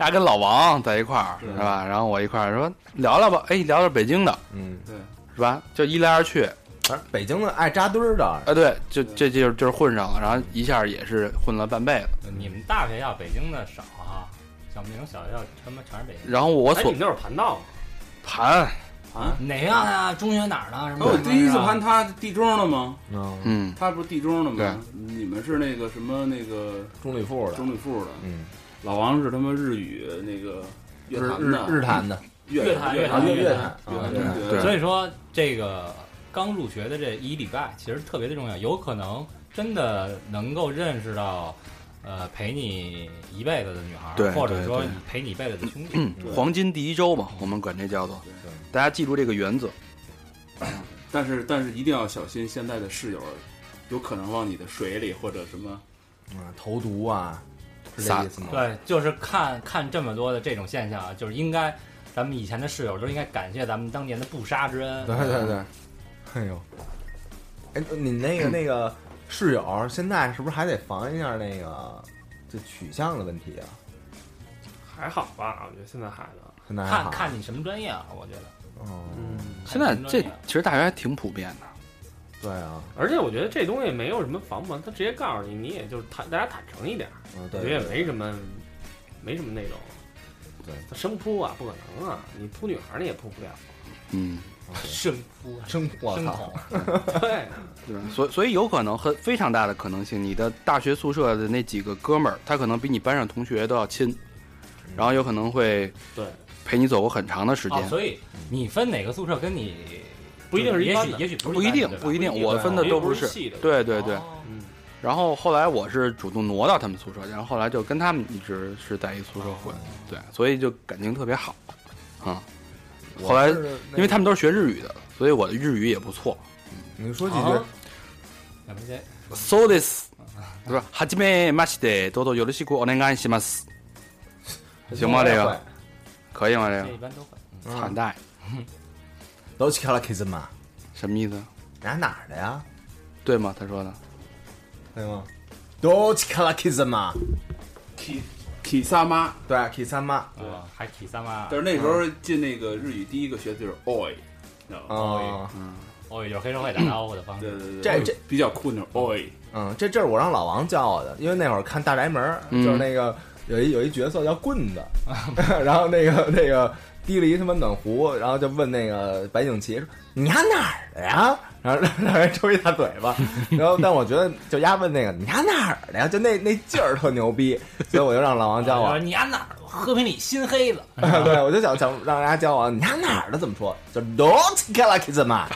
Speaker 2: 压根老王在一块儿，
Speaker 5: 嗯
Speaker 2: 是吧？然后我一块儿说聊聊吧，哎，聊聊北京的，
Speaker 4: 嗯，
Speaker 5: 对，
Speaker 2: 是吧？就一来二去，
Speaker 4: 反正北京的爱扎堆儿的，
Speaker 2: 啊，对，就这就是就是混上了，然后一下也是混了半辈子。
Speaker 3: 你们大学校北京的少啊，像我们那种小学校他妈全是北京。
Speaker 2: 然后我
Speaker 6: 哎，你
Speaker 2: 所
Speaker 6: 们那会儿盘道吗？
Speaker 2: 盘，
Speaker 3: 哪样啊？中学哪儿的？什么？
Speaker 5: 我哦第一次攀他地中的吗？
Speaker 4: 嗯，
Speaker 2: 嗯，
Speaker 5: 他不是地中的吗？你们是那个什么那个
Speaker 4: 中立富的，
Speaker 5: 中立富的，
Speaker 4: 嗯，
Speaker 5: 老王是他妈日语那个乐
Speaker 4: 日
Speaker 5: 坛的
Speaker 4: 日日坛的，
Speaker 5: 乐坛
Speaker 3: 乐
Speaker 5: 坛
Speaker 3: 坛
Speaker 5: 乐
Speaker 3: 乐
Speaker 5: 坛
Speaker 3: 坛
Speaker 5: 乐
Speaker 4: 啊
Speaker 5: 坛
Speaker 4: 对
Speaker 5: 中学
Speaker 2: 对
Speaker 3: 所以说，这个刚入学的这一礼拜其实特别的重要，有可能真的能够认识到，呃，陪你一辈子的女孩儿，
Speaker 2: 对
Speaker 3: 或者
Speaker 2: 对
Speaker 3: 说
Speaker 2: 对
Speaker 3: 你陪你一辈子的兄 弟。
Speaker 5: 对
Speaker 2: 黄金第一周嘛，我们管这叫做
Speaker 5: 对。
Speaker 2: 大家记住这个原则，
Speaker 5: 但是但是一定要小心，现在的室友有可能往你的水里或者什么，
Speaker 4: 嗯，投毒啊，是这意思吗？
Speaker 3: 对，就是看看这么多的这种现象啊，就是应该咱们以前的室友都应该感谢咱们当年的不杀之恩。
Speaker 4: 对对对，哎呦，哎，你那个那个室友现在是不是还得防一下那个就取向的问题啊？
Speaker 6: 还好吧，我觉得现在孩子，
Speaker 4: 现在还
Speaker 3: 看
Speaker 4: 好，
Speaker 3: 看你什么专业啊？我觉得
Speaker 4: 嗯，
Speaker 2: 现在
Speaker 3: 看你
Speaker 2: 这
Speaker 3: 什么专业啊
Speaker 2: 其实大学还挺普遍的，
Speaker 4: 对啊，
Speaker 6: 而且我觉得这东西没有什么防不防，他直接告诉你，你也就是坦，大家坦诚一点，
Speaker 4: 嗯，
Speaker 6: 我
Speaker 4: 对，
Speaker 6: 觉得也没什么，没什么那种。
Speaker 4: 对
Speaker 6: 他生扑啊，不可能啊！你扑女孩儿你也扑不了。
Speaker 2: 嗯，
Speaker 3: 生扑
Speaker 4: 真我
Speaker 3: 生
Speaker 4: 操
Speaker 3: 头，，
Speaker 6: 对，
Speaker 2: 对吧？所以所以有可能很非常大的可能性，你的大学宿舍的那几个哥们儿，他可能比你班上同学都要亲，然后有可能会
Speaker 6: 对
Speaker 2: 陪你走过很长的时
Speaker 3: 啊，
Speaker 2: 间，
Speaker 3: 所以你分哪个宿舍跟你
Speaker 6: 不一定是一
Speaker 3: 也
Speaker 6: 般
Speaker 3: 许
Speaker 6: 的
Speaker 3: 也许不是
Speaker 2: 不一定
Speaker 3: 般的对吧
Speaker 2: 不一定，
Speaker 6: 不一定
Speaker 2: 我分的
Speaker 6: 因为
Speaker 2: 都
Speaker 6: 不
Speaker 2: 是，
Speaker 6: 细的。
Speaker 2: 对对对。
Speaker 3: 哦
Speaker 6: 嗯，
Speaker 2: 然后后来我是主动挪到他们宿舍，然后后来就跟他们一直是在一宿舍混，对，所以就感情特别好，啊、后来因为他们都是学日语的，所以我的日语也不错。
Speaker 4: 你说几
Speaker 3: 啊
Speaker 4: 句，，
Speaker 3: 咱们先
Speaker 2: So this，是吧？はじめまして、どうぞよろしくお願いします。行吗？这个可以吗？这
Speaker 3: 这一
Speaker 2: 个
Speaker 3: 般都会。
Speaker 2: 喊大爷
Speaker 4: 都去看了 kiss 吗？
Speaker 2: 什么意思？
Speaker 4: 你俩哪儿的呀？
Speaker 2: 对吗？他说的哎
Speaker 4: 对吗？都去看了 kiss 吗？
Speaker 5: k k 萨妈。
Speaker 4: 对，kiss 吗？
Speaker 3: 对，还提三万
Speaker 5: 但，是那时候进那个日语第一个学的就是 oi，你知道吗？
Speaker 4: 啊，
Speaker 3: 哦，就是黑社会打招呼的方
Speaker 5: 对哦
Speaker 3: 式。
Speaker 5: 对对，
Speaker 4: 这这
Speaker 5: 嗯比较酷那种 oi，
Speaker 4: 嗯，这这是我让老王教我的，因为那会儿看《大宅门》，就是那个有一有一角色叫棍子， 然后那个那个提了一他妈暖壶，然后就问那个白景琦说：“你丫哪儿的呀？” 然后让人抽一大嘴巴，然后但我觉得就丫问那个你丫哪儿的呀，就那那劲儿特牛逼，所以我就让老王教我
Speaker 3: 就是。你按哪儿？和平里新黑 子。
Speaker 4: 对，我就想想让人家教我，你丫哪儿的怎么说？就 don't get like it's my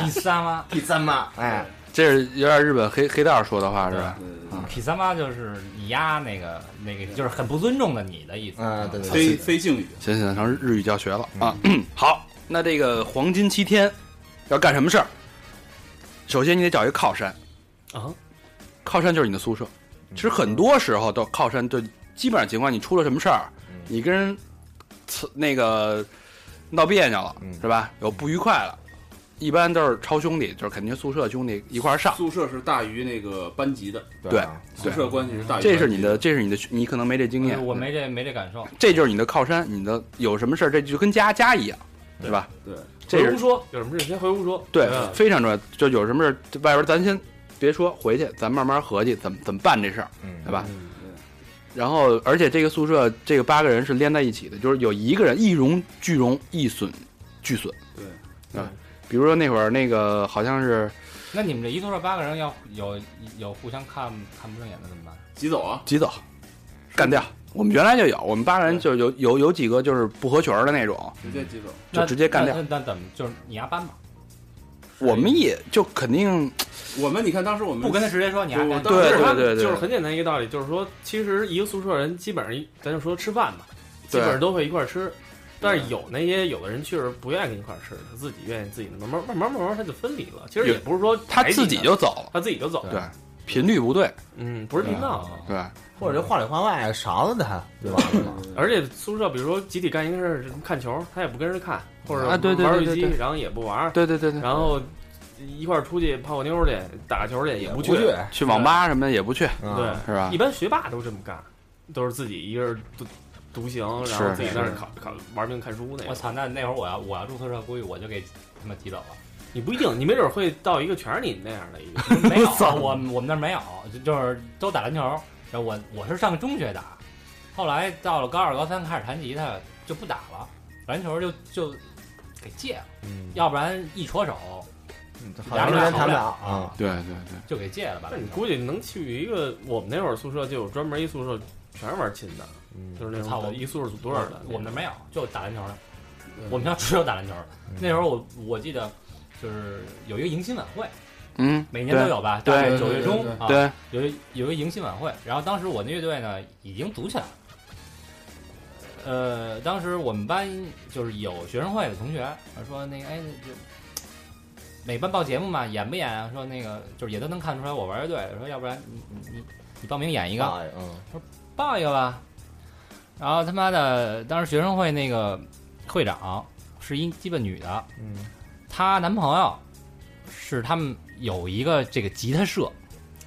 Speaker 3: 提三万，
Speaker 4: 第哎三嘛，哎，
Speaker 2: 这是有点日本黑黑道说的话是吧？
Speaker 5: 嗯啊
Speaker 3: 提三妈就是你丫那个那个，就是很不尊重的你的意思。啊
Speaker 4: 嗯，对对对，
Speaker 5: 非非敬语。
Speaker 2: 行行，上日语教学了啊。好，那这个黄金七天要干什么事儿？首先你得找一个靠山，
Speaker 6: 啊，
Speaker 2: 靠山就是你的宿舍。其实很多时候都靠山，就基本上情况，你出了什么事儿
Speaker 4: 嗯，
Speaker 2: 你跟人呲那个闹别扭了
Speaker 4: 嗯，
Speaker 2: 是吧？有不愉快了，一般都是超兄弟，就是肯定宿舍兄弟一块儿上。
Speaker 5: 宿舍是大于那个班级的，
Speaker 2: 对
Speaker 4: 啊
Speaker 5: 宿舍关系是大于班级。
Speaker 2: 这是你的，这是你的，你可能没这经验，
Speaker 3: 呃我没这没这感受。
Speaker 2: 这就是你的靠山，你的有什么事儿，这就跟家家一样，对吧？
Speaker 5: 对，
Speaker 2: 这
Speaker 6: 回
Speaker 2: 是
Speaker 6: 屋说有什么事先回屋说。
Speaker 2: 对，
Speaker 6: 嗯
Speaker 2: 非常重要。就有什么事儿，这外边咱先别说，回去咱慢慢合计怎么怎么办这事儿，
Speaker 4: 嗯
Speaker 2: 对吧？
Speaker 5: 嗯
Speaker 2: 然后，而且这个宿舍这个八个人是连在一起的，就是有一个人一荣俱荣，一损俱损。
Speaker 5: 对，
Speaker 2: 啊，比如说那会儿那个好像是
Speaker 3: 那你们这一宿舍八个人要有有互相看看不顺眼的怎么办？
Speaker 5: 挤走啊，
Speaker 2: 挤走，干掉。我们原来就有，我们八个人就有有有几个
Speaker 5: 嗯
Speaker 2: 就是不合群儿的那种，
Speaker 5: 直接挤走。
Speaker 2: 就
Speaker 3: 那
Speaker 2: 直接干掉。
Speaker 3: 那那那怎么就是你丫搬吧？
Speaker 2: 我们也就肯定
Speaker 5: 我们你看当时我们
Speaker 3: 不跟他直接说你还
Speaker 5: 我
Speaker 3: 干
Speaker 5: 当
Speaker 2: 对
Speaker 5: 时
Speaker 6: 就是他
Speaker 2: 对对对
Speaker 6: 就是很简单一个道理，就是说，其实一个宿舍人基本上一，咱就说吃饭吧，基
Speaker 2: 对
Speaker 6: 本上都会一块儿吃。但是有那些有的人确实不愿意跟一块儿吃，他自己愿意自己慢慢慢慢慢慢他就分离了。其实
Speaker 2: 有
Speaker 6: 也不是说
Speaker 2: 他
Speaker 6: 排挤
Speaker 2: 自己就走了，
Speaker 6: 他自己就走了，
Speaker 2: 对，频率不对，
Speaker 6: 嗯，不是频道。
Speaker 2: 对，啊
Speaker 7: 或者就话里话外勺子 他，对吧？
Speaker 6: 而且宿舍比如说集体干一个事儿，看球，他也不跟人看，或者
Speaker 2: 啊对对
Speaker 6: 玩
Speaker 2: 对
Speaker 6: 手机
Speaker 2: 对对，
Speaker 6: 然后也不玩，
Speaker 2: 对对对对，
Speaker 6: 然后一块儿出去泡个妞去，打球去也不去。
Speaker 7: 去，啊
Speaker 2: 去网吧什么的也不去，
Speaker 6: 对，
Speaker 2: 是吧
Speaker 6: 一？般学霸都这么干，都是自己一个人独独行，然后
Speaker 2: 是
Speaker 6: 自己在那儿考考玩命看书那
Speaker 3: 我
Speaker 6: 种。
Speaker 3: 操！那那会儿我要我要住宿舍，估计我就给他们挤走了。
Speaker 6: 你不一定，你没准会到一个全是你那样的一个。
Speaker 3: 没有，我们我们那儿没有，就就是都打篮球。然后我我是上中学打，后来到了高二高三开始弹吉他就不打了，篮球就就给戒了，
Speaker 7: 嗯，
Speaker 3: 要不然一戳手
Speaker 4: 嗯
Speaker 7: 好长时间谈不了啊。
Speaker 2: 对对 对，
Speaker 3: 就给戒了吧
Speaker 6: 那。
Speaker 3: 篮
Speaker 6: 你
Speaker 3: 球
Speaker 6: 估计能去一个，我们那会儿宿舍就有专门一宿舍全是玩琴的，
Speaker 7: 嗯
Speaker 4: 嗯
Speaker 6: 就是那
Speaker 3: 操我
Speaker 6: 种一宿舍组多少的。
Speaker 3: 我我们那儿没有，就打篮球的。
Speaker 5: 嗯
Speaker 3: 我们学校只有打篮球的。那时候我我记得就是有一个迎新晚会，
Speaker 2: 嗯，
Speaker 3: 每年都
Speaker 2: 对
Speaker 3: 有吧？
Speaker 2: 对
Speaker 3: 大概
Speaker 5: 对
Speaker 3: 九
Speaker 5: 对
Speaker 3: 月
Speaker 5: 对
Speaker 3: 中
Speaker 5: 对
Speaker 3: 啊，
Speaker 2: 对，
Speaker 3: 有一有一个迎新晚会，然后当时我那乐队呢已经组起来了。呃，当时我们班就是有学生会的同学说那个哎就每班报节目嘛，演不演啊？说那个就是也都能看出来我玩乐队，说要不然你你你你报名演一
Speaker 7: 一
Speaker 3: 个，
Speaker 7: 嗯，
Speaker 3: 报一个吧。然后他妈的，当时学生会那个会长是一基本女的，嗯，她男朋友是他们有一个这个吉他社，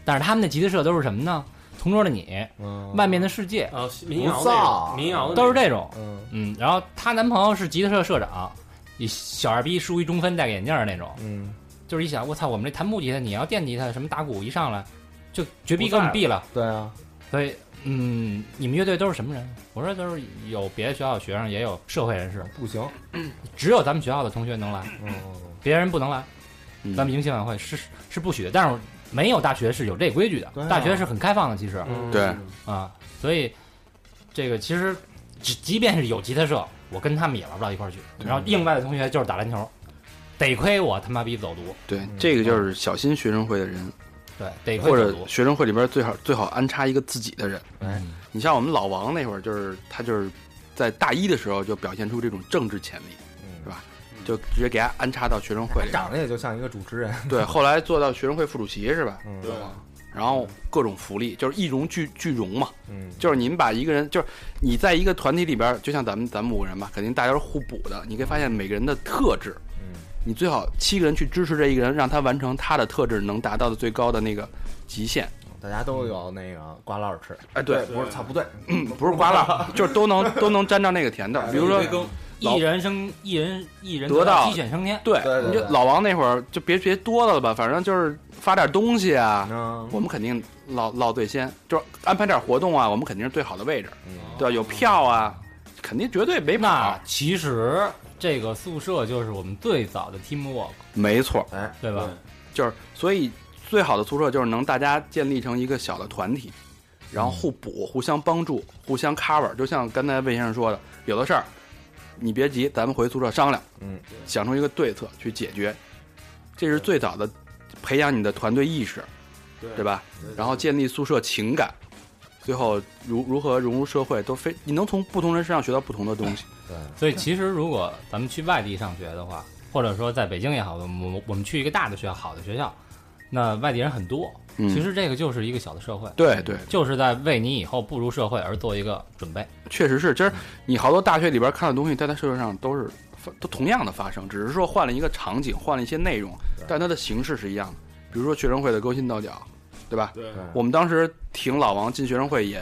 Speaker 3: 但是他们的吉他社都是什么呢？同桌的你，
Speaker 7: 嗯
Speaker 3: 外面的世界
Speaker 6: 啊，民谣
Speaker 7: 不
Speaker 6: 那
Speaker 7: 造
Speaker 6: 种，民谣的
Speaker 3: 都是
Speaker 6: 那种
Speaker 3: 这种，
Speaker 7: 嗯
Speaker 3: 嗯。然后她男朋友是吉他社社长，一小二逼梳一中分戴个眼镜儿那种，
Speaker 7: 嗯，
Speaker 3: 就是一想，我操，我们这弹木吉他，你要电吉他，什么打鼓一上来就绝逼
Speaker 6: 不
Speaker 3: 给
Speaker 6: 在
Speaker 3: 我们毙了。
Speaker 7: 对啊，
Speaker 3: 所以，嗯，你们乐队都是什么人？我说都是有别的学校的学生，也有社会人士，
Speaker 7: 不行，
Speaker 3: 只有咱们学校的同学能来，
Speaker 7: 嗯，
Speaker 3: 别人不能来。
Speaker 2: 嗯
Speaker 3: 咱们迎新晚会是是不许的，但是没有大学是有这规矩的，
Speaker 7: 对啊
Speaker 3: 大学是很开放的，其实啊、啊
Speaker 6: 嗯
Speaker 2: 对
Speaker 3: 所以这个其实即即便是有吉他社，我跟他们也玩不到一块儿去。
Speaker 7: 嗯
Speaker 3: 然后另外的同学就是打篮球，得亏我他妈逼走读，
Speaker 2: 对，这个就是小心学生会的人，
Speaker 3: 对，得亏
Speaker 2: 或
Speaker 3: 走
Speaker 2: 者
Speaker 3: 读，
Speaker 2: 学生会里边最好最好安插一个自己的人。哎
Speaker 3: 嗯，
Speaker 2: 你像我们老王那会儿，就是他就是在大一的时候就表现出这种政治潜力，是
Speaker 4: 嗯
Speaker 2: 吧？就直接给他安插到学生会里边。
Speaker 7: 长得也就像一个主持人，
Speaker 2: 对，后来做到学生会副主席是吧？
Speaker 7: 嗯
Speaker 5: 对
Speaker 2: 然后各种福利，就是一荣俱俱荣嘛。
Speaker 7: 嗯，
Speaker 2: 就是你们把一个人，就是你在一个团体里边，就像咱们咱们五个人吧，肯定大家是互补的。你可以发现每个人的特质，
Speaker 7: 嗯
Speaker 2: 你最好七个人去支持这一个人，让他完成他的特质能达到的最高的那个极限。
Speaker 7: 大家都有那个瓜烙吃，
Speaker 2: 哎，对，
Speaker 7: 不是，操，不对，
Speaker 2: 嗯不是 瓜了，就是都能都能沾到那个甜
Speaker 7: 哎
Speaker 2: 的。比如说，老
Speaker 3: 一人升一人一人
Speaker 2: 得道
Speaker 3: 鸡犬升天，
Speaker 2: 对
Speaker 7: 对，对
Speaker 2: 你就
Speaker 7: 对
Speaker 2: 老王那会儿就别别多了吧，反正就是发点东西啊，
Speaker 7: 嗯
Speaker 2: 我们肯定落落最先，就是安排点活动啊，我们肯定是最好的位置，
Speaker 7: 嗯
Speaker 2: 对吧？有票啊，肯定绝对没
Speaker 3: 那
Speaker 2: 跑，
Speaker 3: 其实这个宿舍就是我们最早的 teamwork，
Speaker 2: 没错，
Speaker 3: 对吧？
Speaker 2: 就是所以最好的宿舍就是能大家建立成一个小的团体，然后互补、互相帮助、互相 cover。就像刚才魏先生说的，有的事儿你别急，咱们回宿舍商量，
Speaker 7: 嗯，
Speaker 2: 想出一个对策去解决，这是最早的培养你的团队意识，
Speaker 5: 对
Speaker 2: 对吧？
Speaker 5: 对
Speaker 2: 然后建立宿舍情感。最后如如何融入社会，都非你能从不同人身上学到不同的东西。
Speaker 3: 所以其实如果咱们去外地上学的话，或者说在北京也好，我们我们去一个大的学校、好的学校，那外地人很多，
Speaker 2: 嗯，
Speaker 3: 其实这个就是一个小的社会，
Speaker 2: 对对，
Speaker 3: 就是在为你以后步入社会而做一个准备。
Speaker 2: 确实是，就是你好多大学里边看的东西，在它社会上都是发都同样的发生，只是说换了一个场景，换了一些内容，但它的形式是一样的。比如说学生会的勾心斗角，对吧？
Speaker 5: 对
Speaker 7: 对
Speaker 2: 我们当时挺老王进学生会也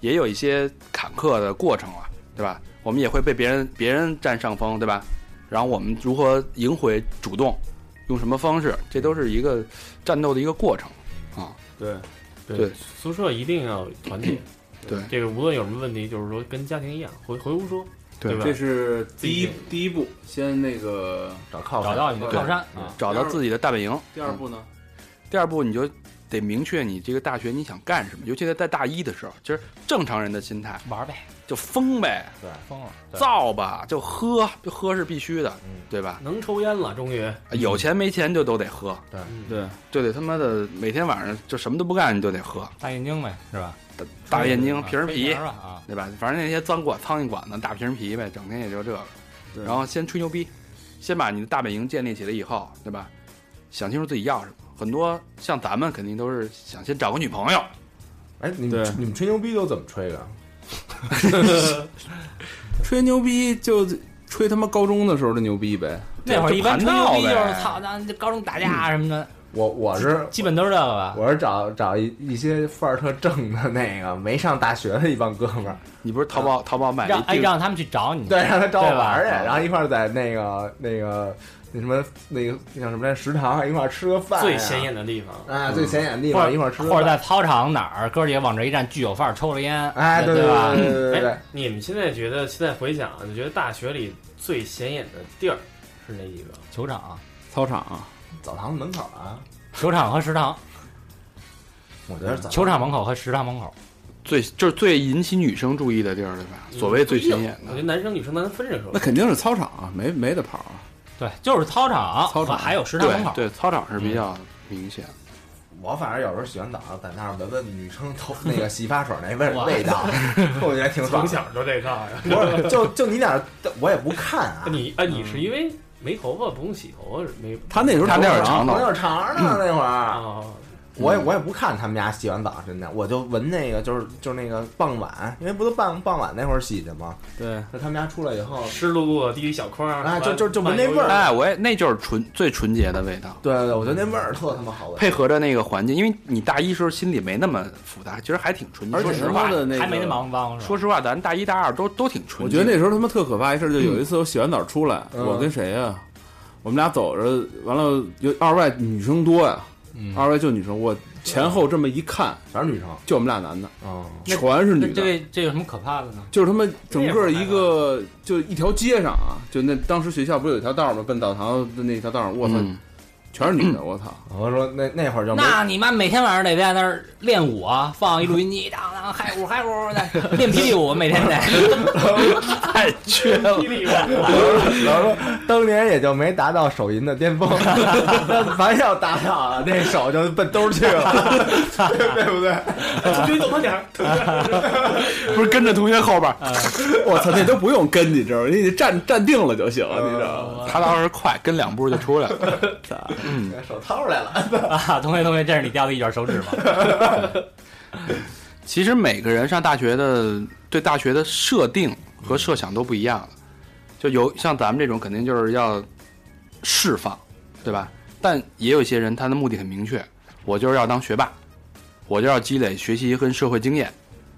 Speaker 2: 也有一些坎坷的过程啊，对吧？我们也会被别人别人占上风，对吧？然后我们如何赢回主动，用什么方式，这都是一个战斗的一个过程啊。
Speaker 5: 对
Speaker 2: 对
Speaker 6: 宿舍一定要团结。
Speaker 2: 对
Speaker 6: 这个无论有什么问题，就是说跟家庭一样，回回屋说，
Speaker 2: 对
Speaker 6: 对吧
Speaker 5: 这？是第一
Speaker 6: 自己
Speaker 5: 第一步，先那个
Speaker 7: 找靠
Speaker 3: 找
Speaker 7: 山，
Speaker 2: 嗯
Speaker 4: 嗯
Speaker 3: 到你的靠山，
Speaker 5: 啊
Speaker 2: 找到自己的大本营。嗯
Speaker 5: 第二步呢，
Speaker 2: 第二步你就得明确你这个大学你想干什么，尤其在在大一的时候，就是正常人的心态
Speaker 3: 玩呗，
Speaker 2: 就疯呗，
Speaker 3: 疯了，对
Speaker 2: 造吧，就喝，就喝是必须的
Speaker 7: 嗯，
Speaker 2: 对吧？
Speaker 6: 能抽烟了，终于
Speaker 2: 有钱没钱就都得喝，
Speaker 5: 嗯对，
Speaker 2: 就得他妈的每天晚上就什么都不干你就得喝，
Speaker 3: 大眼睛呗，是吧？
Speaker 2: 大眼睛
Speaker 3: 啊
Speaker 2: 瓶儿
Speaker 3: 吹
Speaker 2: 啤
Speaker 3: 瓶，儿吧啊，
Speaker 2: 对吧？反正那些脏管苍蝇馆子大瓶啤呗，整天也就这个。
Speaker 5: 对
Speaker 2: 然后先吹牛逼，先把你的大本营建立起来以后，对吧？想清楚自己要什么。很多像咱们肯定都是想先找个女朋友，
Speaker 4: 哎，你
Speaker 5: 对
Speaker 4: 们你们吹牛逼都怎么吹的？
Speaker 5: 吹牛逼就吹他妈高中的时候的牛逼呗。
Speaker 3: 那会儿一般
Speaker 2: 就
Speaker 3: 吹
Speaker 2: 盘
Speaker 3: 牛
Speaker 2: 道
Speaker 3: 逼就是
Speaker 2: 呗
Speaker 3: 操，咱这高中打架什么的，
Speaker 4: 我我是
Speaker 3: 基本都是这个吧。
Speaker 4: 我是找找一一些范儿特正的那个没上大学的一帮哥们儿，
Speaker 2: 你不是淘宝淘宝买了
Speaker 3: 让
Speaker 2: 一
Speaker 3: 哎
Speaker 2: 定
Speaker 3: 让他们去找你，
Speaker 4: 对，让他找我
Speaker 3: 对吧啊
Speaker 4: 玩儿去，然后一块儿在那个那个那什么那个那叫什么来着食堂一块儿吃个饭呀，
Speaker 6: 最显眼的地方。
Speaker 4: 啊，最显眼的地
Speaker 3: 或者
Speaker 4: 方一块儿吃个
Speaker 3: 或者
Speaker 4: 饭，
Speaker 3: 在操场哪儿，哥几个往这一站，巨有范儿，抽了烟，
Speaker 4: 哎，对
Speaker 3: 对吧
Speaker 4: 对？对对对对
Speaker 6: 哎，你们现在觉得，现在回想，你觉得大学里最显眼的地儿是哪几个？
Speaker 3: 球场、
Speaker 5: 操场啊，
Speaker 4: 澡堂子门口啊，
Speaker 3: 球场和食堂，
Speaker 4: 我觉得澡
Speaker 3: 球场门口和食堂门口，
Speaker 2: 最就是最引起女生注意的地儿，对吧？所谓
Speaker 3: 嗯
Speaker 2: 最显眼
Speaker 6: 我
Speaker 2: 的
Speaker 6: 觉得，男生女生咱分着 说
Speaker 5: 那。肯定是操场啊，没没得跑啊。
Speaker 3: 对，就是操场，
Speaker 5: 操场
Speaker 3: 还有食堂门
Speaker 2: 对
Speaker 3: 口，
Speaker 2: 对，操场是
Speaker 5: 嗯
Speaker 2: 比较明显。
Speaker 4: 我反正有时候洗完澡在那儿闻闻女生头那个洗发水那味
Speaker 3: 哇
Speaker 4: 味 道，我觉得挺爽
Speaker 6: 从
Speaker 4: 的。
Speaker 6: 小就这套呀。
Speaker 4: 不是，就就你俩，我也不看啊。
Speaker 6: 你啊，你是因为没头发不用洗头啊？是没
Speaker 5: 他那时候
Speaker 2: 他那会儿
Speaker 5: 长
Speaker 2: 长
Speaker 5: 嗯
Speaker 4: 我
Speaker 2: 头
Speaker 4: 那会儿长呢，那会
Speaker 3: 嗯
Speaker 4: 儿
Speaker 6: 啊，
Speaker 4: 我也我也不看他们家洗完澡，真的，我就闻那个就是就是那个傍晚，因为不都傍傍晚那会儿洗的吗？
Speaker 5: 对，
Speaker 4: 就他们家出来以后，
Speaker 6: 湿漉漉的，滴一小筐儿，
Speaker 4: 哎就
Speaker 6: 完
Speaker 4: 就就闻那味儿
Speaker 6: 慢悠悠
Speaker 2: 哎，我也那就是纯最纯洁的味道。
Speaker 4: 对对对，我觉得那味儿特他妈好闻。
Speaker 2: 配合着那个环境，因为你大一时候心里没那么复杂，其实还挺纯洁。
Speaker 5: 而
Speaker 2: 说
Speaker 5: 且
Speaker 2: 实
Speaker 5: 他
Speaker 2: 话
Speaker 5: 妈，的那个
Speaker 3: 还没那忙帮，是吧
Speaker 2: 说实话，咱大一大二都都挺纯
Speaker 5: 我
Speaker 2: 洁
Speaker 5: 觉
Speaker 2: 的。
Speaker 5: 得那时候他妈特可怕一事儿，就有一次我洗完澡出来，
Speaker 4: 嗯
Speaker 5: 我跟谁呀、我们俩走着，完了有二外女生多呀、二外就女生，我前后这么一看，
Speaker 4: 全是女生，
Speaker 5: 就我们俩男的，
Speaker 4: 嗯，
Speaker 5: 全是
Speaker 3: 那
Speaker 5: 女
Speaker 3: 这
Speaker 5: 的，
Speaker 3: 个这有什么可怕的呢？
Speaker 5: 就是他妈整个一个就一条街上啊，就那当时学校不是有一条道吗？奔澡堂的那条道上，我操，
Speaker 2: 嗯，
Speaker 5: 全是女的，我操，
Speaker 4: 我说那那会儿就 没
Speaker 3: 那你妈每天晚上得在那儿练舞啊，放一录音机，当当嗨舞嗨舞的，练霹雳舞，每天得。
Speaker 2: 太缺了。
Speaker 6: 霹雳舞，
Speaker 4: 老说当年也就没达到手淫的巅峰，那凡要达到了，那手就奔兜去了，对不对？
Speaker 6: 追动慢点儿，
Speaker 2: 不是跟着同学后边儿，
Speaker 3: 嗯
Speaker 5: 我操，那都不用跟，你知道吗？你站站定了就行，你知道吗？
Speaker 2: 他倒是快，跟两步就出来了。
Speaker 4: 手掏出来了，
Speaker 3: 啊，同学同学，这是你掉的一卷手指吗？
Speaker 2: 其实每个人上大学的对大学的设定和设想都不一样了，就有像咱们这种肯定就是要释放，对吧？但也有一些人他的目的很明确，我就是要当学霸，我就要积累学习和社会经验，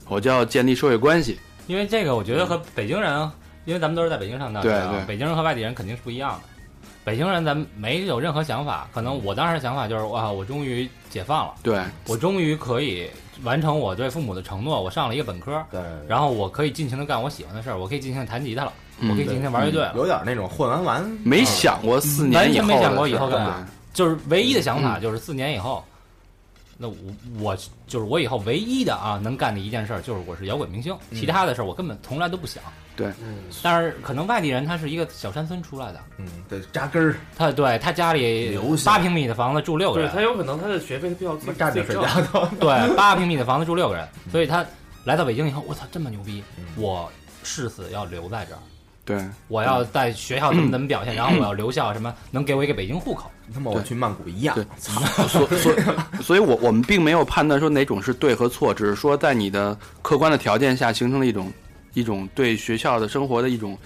Speaker 2: 我就要建立社会关系。
Speaker 3: 因为这个，我觉得和北京人，因为咱们都是在北京上大学啊
Speaker 2: 嗯对对
Speaker 3: 北京人和外地人肯定是不一样的。北京人咱们没有任何想法，可能我当时的想法就是哇，我终于解放了，
Speaker 2: 对，
Speaker 3: 我终于可以完成我对父母的承诺，我上了一个本科，
Speaker 4: 对，
Speaker 3: 然后我可以尽情的干我喜欢的事儿，我可以尽情地弹吉他了，
Speaker 2: 嗯
Speaker 3: 我可以尽情地玩乐队了，
Speaker 4: 有点那种混完完，
Speaker 2: 没想过四年
Speaker 3: 完
Speaker 2: 以
Speaker 3: 全
Speaker 2: 后
Speaker 3: 没
Speaker 2: 的
Speaker 3: 想过以
Speaker 2: 事儿
Speaker 3: 后干嘛
Speaker 2: 对
Speaker 3: 就是唯一的想
Speaker 2: 嗯
Speaker 3: 法就是四年以后，那我我就是我以后唯一的啊能干的一件事儿就是我是摇滚明星，
Speaker 2: 嗯
Speaker 3: 其他的事儿我根本从来都不想。
Speaker 2: 对，
Speaker 3: 但是可能外地人他是一个小山村出来的，
Speaker 4: 嗯，对，扎根儿，
Speaker 3: 他对他家里
Speaker 4: 留下
Speaker 3: 八平米的房子住六个
Speaker 6: 对
Speaker 3: 人，
Speaker 6: 他有可能他的学费比较
Speaker 4: 他妈
Speaker 6: 自
Speaker 4: 站着睡觉都，
Speaker 3: 对八平米的房子住六个人，所以他来到北京以后，我操这么牛逼，我誓死要留在这儿。
Speaker 2: 对，
Speaker 3: 我要在学校怎么怎么表现，然后我要留校，什么能给我一个北京户口？
Speaker 4: 他妈我去曼谷一样
Speaker 2: 对，所所以，所以我我们并没有判断说哪种是对和错，只是说在你的客观的条件下形成了一种一种对学校的生活的一种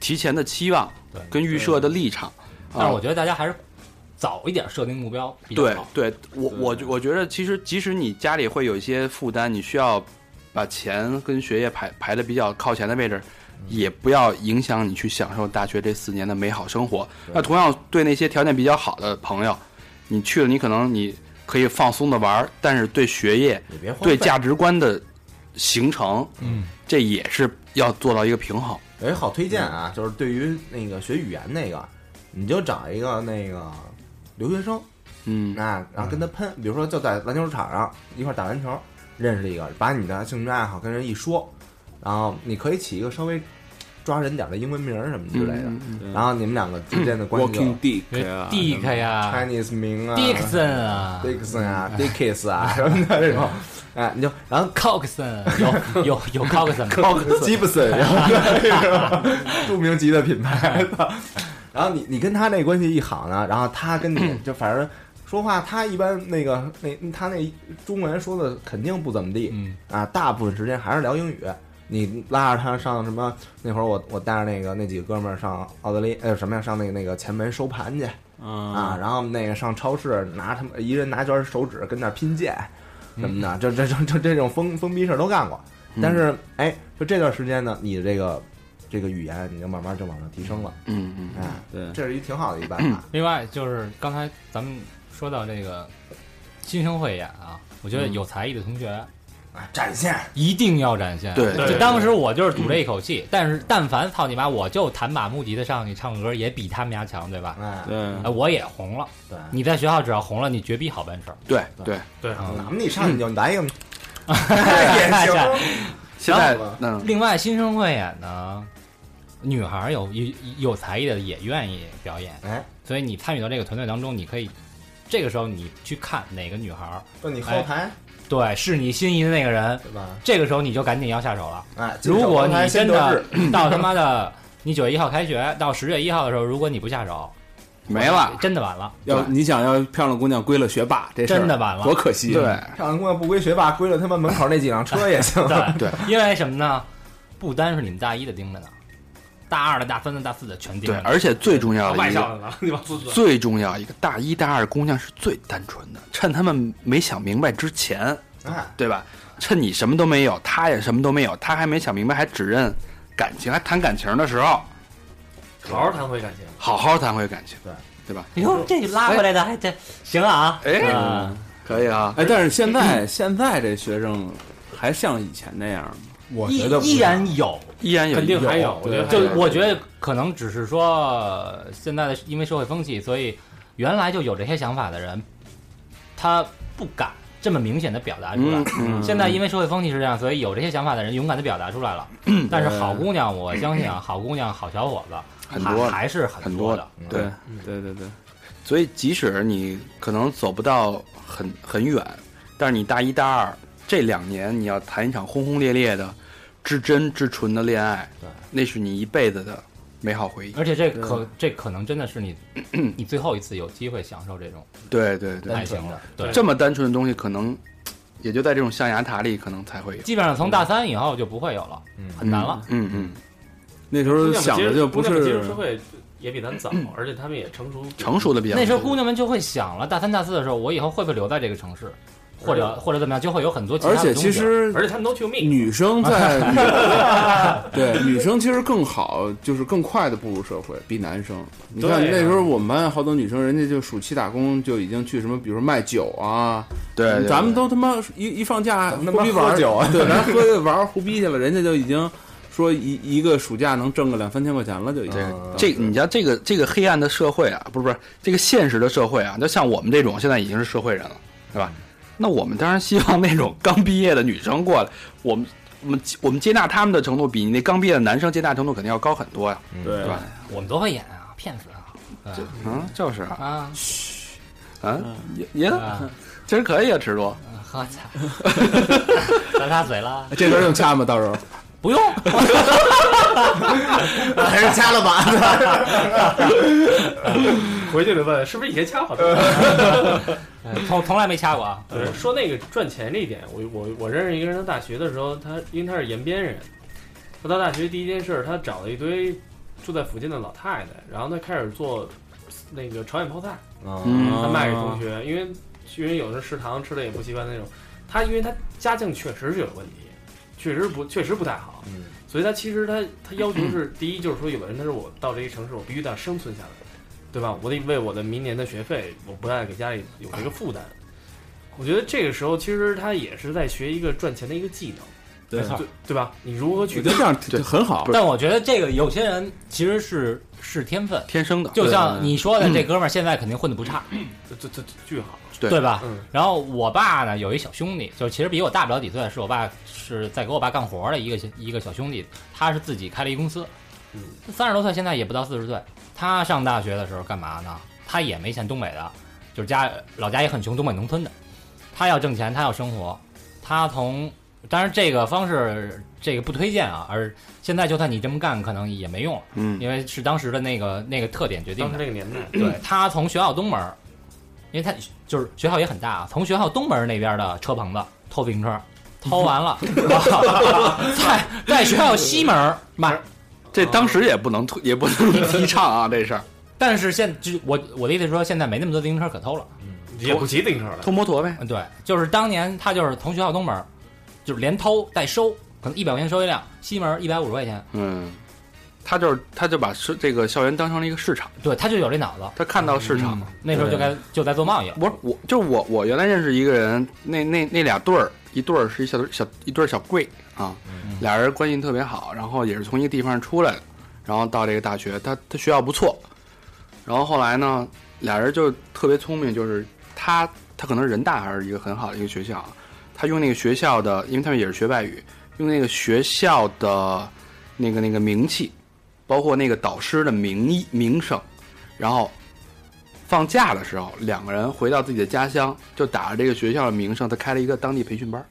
Speaker 2: 提前的期望
Speaker 3: 对
Speaker 2: 跟预设的立场。
Speaker 3: 但
Speaker 2: 啊
Speaker 3: 是我觉得大家还是早一点设定目标比较
Speaker 2: 对
Speaker 3: 好。
Speaker 2: 对，我我觉我觉得其实即使你家里会有一些负担，你需要把钱跟学业排排的比较靠前的位置，也不要影响你去享受大学这四年的美好生活。那同样对那些条件比较好的朋友，你去了，你可能你可以放松的玩儿，但是对学业、
Speaker 4: 也别荒
Speaker 2: 对
Speaker 4: 废
Speaker 2: 价值观的形成，嗯，这也是要做到一个平衡。
Speaker 4: 有一好推荐啊，就是对于那个学语言那个，你就找一个那个留学生，
Speaker 2: 嗯
Speaker 4: 哎，然后跟他喷，比如说就在篮球场上一块儿打篮球，认识一个，把你的兴趣爱好跟人一说，然后你可以起一个稍微抓人点儿的英文名儿什么之类
Speaker 2: 嗯
Speaker 4: 的，嗯然后你们两个之间的关系就
Speaker 8: Walking
Speaker 3: 哎
Speaker 8: Dick 啊
Speaker 3: Dick
Speaker 2: 嗯
Speaker 3: 呀
Speaker 4: Chinese 名啊
Speaker 3: ，Dickson 啊
Speaker 4: Dickson 啊，Dickies 啊什么的这种，
Speaker 2: 嗯
Speaker 4: 哎，你就然后
Speaker 3: ，Coxon 有有有 Coxon 吗？
Speaker 4: 靠 Gibson，然后那个著名级的品牌的。然后你你跟他那关系一好呢，然后他跟你就反正说话，他一般那个那他那中文说的肯定不怎么地
Speaker 3: 嗯，
Speaker 4: 啊，大部分时间还是聊英语。你拉着他上什么？那会儿我我带着那个那几个哥们儿上奥地利，呃什么呀？上那个那个前门收盘去啊，然后那个上超市拿他们一人拿卷手指跟那儿拼剑什么的，这这这这这种疯疯逼事儿都干过。但是哎，就这段时间呢，你这个这个语言你就慢慢就往上提升了，
Speaker 2: 嗯嗯
Speaker 4: 哎，
Speaker 5: 对
Speaker 4: 这是一挺好的一办法。
Speaker 3: 另外就是刚才咱们说到这个新生汇演啊，我觉得有才艺的同学
Speaker 4: 啊展现
Speaker 3: 一定要展现。
Speaker 2: 对
Speaker 6: 对嗯
Speaker 3: 就当时我就是赌这一口气，但是但凡操你妈，我就弹把木吉的上去唱歌，也比他们家强，对吧？
Speaker 4: 哎，
Speaker 8: 对，
Speaker 6: 嗯
Speaker 3: 哎我也红了。
Speaker 4: 对，
Speaker 3: 你在学校只要红了，你绝逼好办事儿。
Speaker 2: 对
Speaker 4: 嗯
Speaker 2: 对，
Speaker 6: 对，
Speaker 4: 怎么你上你就来一个，也行，
Speaker 2: 现在嗯
Speaker 3: 另外，新生汇演呢，女孩儿有有有才艺的也愿意表演，
Speaker 4: 哎，
Speaker 3: 所以你参与到这个团队当中，你可以这个时候你去看哪个女孩儿，
Speaker 4: 就你后台
Speaker 3: 对，是你心仪的那个人，
Speaker 4: 对吧？
Speaker 3: 这个时候你就赶紧要下手了。
Speaker 4: 哎，
Speaker 3: 如果你真的
Speaker 4: 的
Speaker 3: 到他妈的，你九月一号开学到十月一号的时候，如果你不下手，
Speaker 2: 没了，
Speaker 3: 真的晚了，
Speaker 8: 要
Speaker 2: 对
Speaker 8: 你想要漂亮姑娘归了学霸，这事儿
Speaker 3: 真的晚了
Speaker 8: 多可
Speaker 4: 嗯
Speaker 8: 惜。啊
Speaker 2: 对，
Speaker 4: 漂亮姑娘不归学霸，归了他们门口那几辆车也行。
Speaker 2: 对，
Speaker 3: 因为什么呢？不单是你们大一的盯着呢，大二的、大三的、大四的全盯
Speaker 2: 对，
Speaker 3: 着呢。
Speaker 2: 而且最重要的
Speaker 6: 外
Speaker 2: 一
Speaker 6: 向
Speaker 2: 个，
Speaker 6: 了， 你往自己
Speaker 2: 最重要一个，大一大二姑娘是最单纯的，趁他们没想明白之前，
Speaker 4: 哎，
Speaker 2: 对吧？趁你什么都没有，他也什么都没有，他还没想明白，还只认感情，还谈感情的时候，
Speaker 6: 好好谈回感情。
Speaker 2: 好好谈回感情，
Speaker 4: 对
Speaker 2: 对吧？
Speaker 3: 哎呦，这拉回来的，还这行啊？
Speaker 2: 哎
Speaker 3: 啊
Speaker 2: 可以啊，
Speaker 8: 哎，但是现在
Speaker 5: 现在这学生还像以前那样吗？
Speaker 4: 我
Speaker 3: 依
Speaker 4: 觉得不
Speaker 3: 依然有，
Speaker 2: 依然有
Speaker 6: 肯定还有
Speaker 2: 有
Speaker 6: 我觉得还
Speaker 3: 就
Speaker 6: 有
Speaker 3: 我觉得可能只是说呃现在的因为社会风气，所以原来就有这些想法的人，他不敢这么明显的表达出来。
Speaker 2: 嗯
Speaker 3: 现在因为社会风气是这样，所以有这些想法的人勇敢的表达出来了。但是好姑娘，我 相信啊，好姑娘、好小伙子，
Speaker 2: 很
Speaker 3: 还
Speaker 2: 多
Speaker 3: 还是很
Speaker 2: 很
Speaker 3: 多
Speaker 2: 多
Speaker 3: 的。
Speaker 2: 对。
Speaker 8: 对对对，
Speaker 2: 所以即使你可能走不到很很远，但是你大一大二这两年，你要谈一场轰轰烈烈的、至真至纯的恋爱，
Speaker 4: 对
Speaker 2: 那是你一辈子的美好回忆。
Speaker 3: 而且这可这可能真 的是你你最后一次有机会享受这种
Speaker 2: 对对对，
Speaker 3: 爱情了。对，
Speaker 2: 这么单纯的东西，可能也就在这种象牙塔里，可能才会有。
Speaker 3: 基本上从大三以后就不会有了，
Speaker 4: 嗯
Speaker 3: 很难了。
Speaker 2: 嗯嗯，
Speaker 8: 那时候
Speaker 6: 姑娘们
Speaker 8: 想
Speaker 6: 接
Speaker 8: 着
Speaker 6: 触
Speaker 8: 就不
Speaker 6: 姑娘们接
Speaker 8: 是
Speaker 6: 触社会也比咱早，而且他们也成熟，
Speaker 2: 成熟的比较多。
Speaker 3: 那时候姑娘们就会想了，大三大四的时候，我以后会不会留在这个城市，或者或者怎么样，就会有很多其他
Speaker 8: 而
Speaker 3: 的
Speaker 8: 且
Speaker 3: 东
Speaker 8: 其
Speaker 3: 西。
Speaker 8: 实
Speaker 6: 啊而且他们都去 me，
Speaker 5: 女生在女对女生其实更好，就是更快的步入社会，比男生。你看
Speaker 6: 对啊
Speaker 5: 那时候我们班好多女生，人家就暑期打工就已经去什么，比如说卖酒啊，
Speaker 2: 对，对对
Speaker 5: 咱们都他妈一一放假
Speaker 4: 咱们他
Speaker 5: 胡
Speaker 4: 妈
Speaker 5: 逼玩
Speaker 4: 喝酒啊
Speaker 5: 对，咱喝玩儿胡逼去了，人家就已经说一一个暑假能挣个两三千块钱了，就已经。
Speaker 2: 这个你知道这个这个黑暗的社会啊，不是不是这个现实的社会啊，就像我们这种现在已经是社会人了，对吧？那我们当然希望那种刚毕业的女生过来，我们我们我们接纳他们的程度比你那刚毕业的男生接纳程度肯定要高很多
Speaker 3: 嗯
Speaker 2: 呀、
Speaker 8: 对
Speaker 2: 吧
Speaker 3: 我们都会演啊，骗子啊，对吧
Speaker 2: 嗯，就是啊，
Speaker 3: 啊
Speaker 2: 啊，
Speaker 3: 嗯
Speaker 2: 也也
Speaker 3: 啊，
Speaker 2: 其实可以啊，池多，
Speaker 3: 喝彩， 咱仨嘴了，
Speaker 8: 这段用掐吗？到时候
Speaker 3: 不用，
Speaker 4: 还是掐了吧。
Speaker 6: 回去得问是不是以前掐好的。
Speaker 3: 呃从从来没掐过啊。
Speaker 6: 对，说那个赚钱这一点，我我我认识一个人，他大学的时候，他因为他是延边人，他到大学第一件事儿，他找了一堆住在附近的老太太，然后他开始做那个朝鲜泡菜，
Speaker 2: 嗯
Speaker 6: 他卖给同
Speaker 5: 哦
Speaker 6: 学，因为因为有的食堂吃的也不习惯那种，他因为他家境确实是有问题，确实不确实不太好，
Speaker 4: 嗯
Speaker 6: 所以他其实他他要求是第一就是说，有的人他说我到这一城市，我必须得要生存下来，对吧？我得为我的明年的学费，我不再给家里有这个负担。我觉得这个时候其实他也是在学一个赚钱的一个技能，
Speaker 5: 对
Speaker 3: 没错
Speaker 6: 对对吧？你如何
Speaker 5: 我觉
Speaker 6: 去
Speaker 5: 得这样就很好
Speaker 2: 不。是
Speaker 3: 但我觉得这个有些人其实是是天分，
Speaker 2: 天生的，
Speaker 3: 就像
Speaker 5: 对
Speaker 3: 你说的，这哥们儿现在肯定混的不差，
Speaker 6: 嗯这这这巨好，
Speaker 2: 对
Speaker 3: 对吧？
Speaker 6: 嗯，
Speaker 3: 然后我爸呢有一小兄弟，就其实比我大不了几岁，是我爸是在给我爸干活的一个一个小兄弟，他是自己开了一公司
Speaker 6: 嗯，
Speaker 3: 三十多岁现在也不到四十岁。他上大学的时候干嘛呢？他也没钱，东北的，就是家老家也很穷，东北农村的。他要挣钱，他要生活，他从当然这个方式这个不推荐啊，而现在就算你这么干，可能也没用，
Speaker 2: 嗯
Speaker 3: 因为是当时的那个那个特点决定
Speaker 6: 当
Speaker 3: 的
Speaker 6: 时。那个年代，
Speaker 3: 对他从学校东门儿，因为他就是学校也很大啊，从学校东门儿那边的车棚子偷自行车，偷完了， 然后在在学校西门儿卖。
Speaker 2: 这当时也不能推，也不能 提倡啊这事儿，
Speaker 3: 但是现就我我的意思是说，现在没那么多自行车可偷了。
Speaker 6: 也不骑自行车了，
Speaker 2: 偷摩托呗，
Speaker 3: 嗯，对，就是当年他就是从学校东门儿，就是连偷带收，可能一百块钱收一辆，西门一百五十块钱。
Speaker 2: 嗯，他就是他就把市这个校园当成了一个市场，
Speaker 3: 对，他就有这脑子，
Speaker 2: 他看到市场，
Speaker 3: 那时候就该就在做贸易了。
Speaker 2: 不是我，就是我，我原来认识一个人，那那那俩对儿，一对儿是一小小一对儿小贵啊，俩人关系特别好，然后也是从一个地方出来的，然后到这个大学，他他学校不错，然后后来呢，俩人就特别聪明，就是他他可能人大还是一个很好的一个学校啊，他用那个学校的，因为他们也是学外语，用那个学校的那个那个名气，包括那个导师的名义名声，然后放假的时候，两个人回到自己的家乡，就打着这个学校的名声，他开了一个当地培训班。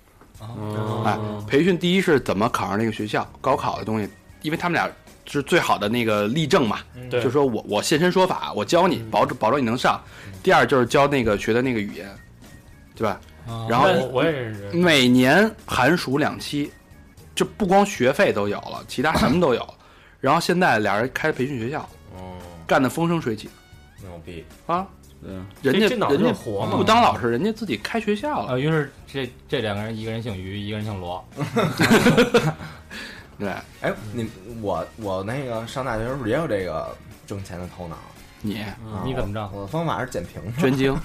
Speaker 6: 嗯哦
Speaker 2: 哎，培训第一是怎么考上那个学校，高考的东西，因为他们俩是最好的那个例证嘛，
Speaker 6: 对
Speaker 2: 嗯
Speaker 6: 嗯
Speaker 2: 就说我我现身说法，我教你，保证保证你能上。第二就是教那个学的那个语言，对吧？
Speaker 3: 啊
Speaker 2: 然后嗯
Speaker 6: 我我也认识，
Speaker 2: 每年寒暑两期，就不光学费都有了，其他什么都 有。然后现在俩人开培训学校，
Speaker 9: 哦，
Speaker 2: 干得风生水起
Speaker 9: 牛逼！
Speaker 2: 啊！
Speaker 5: 对，
Speaker 2: 人家
Speaker 6: 这这脑子
Speaker 2: 人家
Speaker 6: 就活嘛
Speaker 2: 不当老师，人家自己开学校了。
Speaker 3: 呃，于是这这两个人，一个人姓于，一个人姓罗。
Speaker 2: 对，
Speaker 4: 哎，你我我那个上大学时候也有这个挣钱的头脑，
Speaker 2: 你
Speaker 4: 啊
Speaker 3: 嗯你怎么着？
Speaker 4: 我的方法是捡瓶子，
Speaker 2: 捐精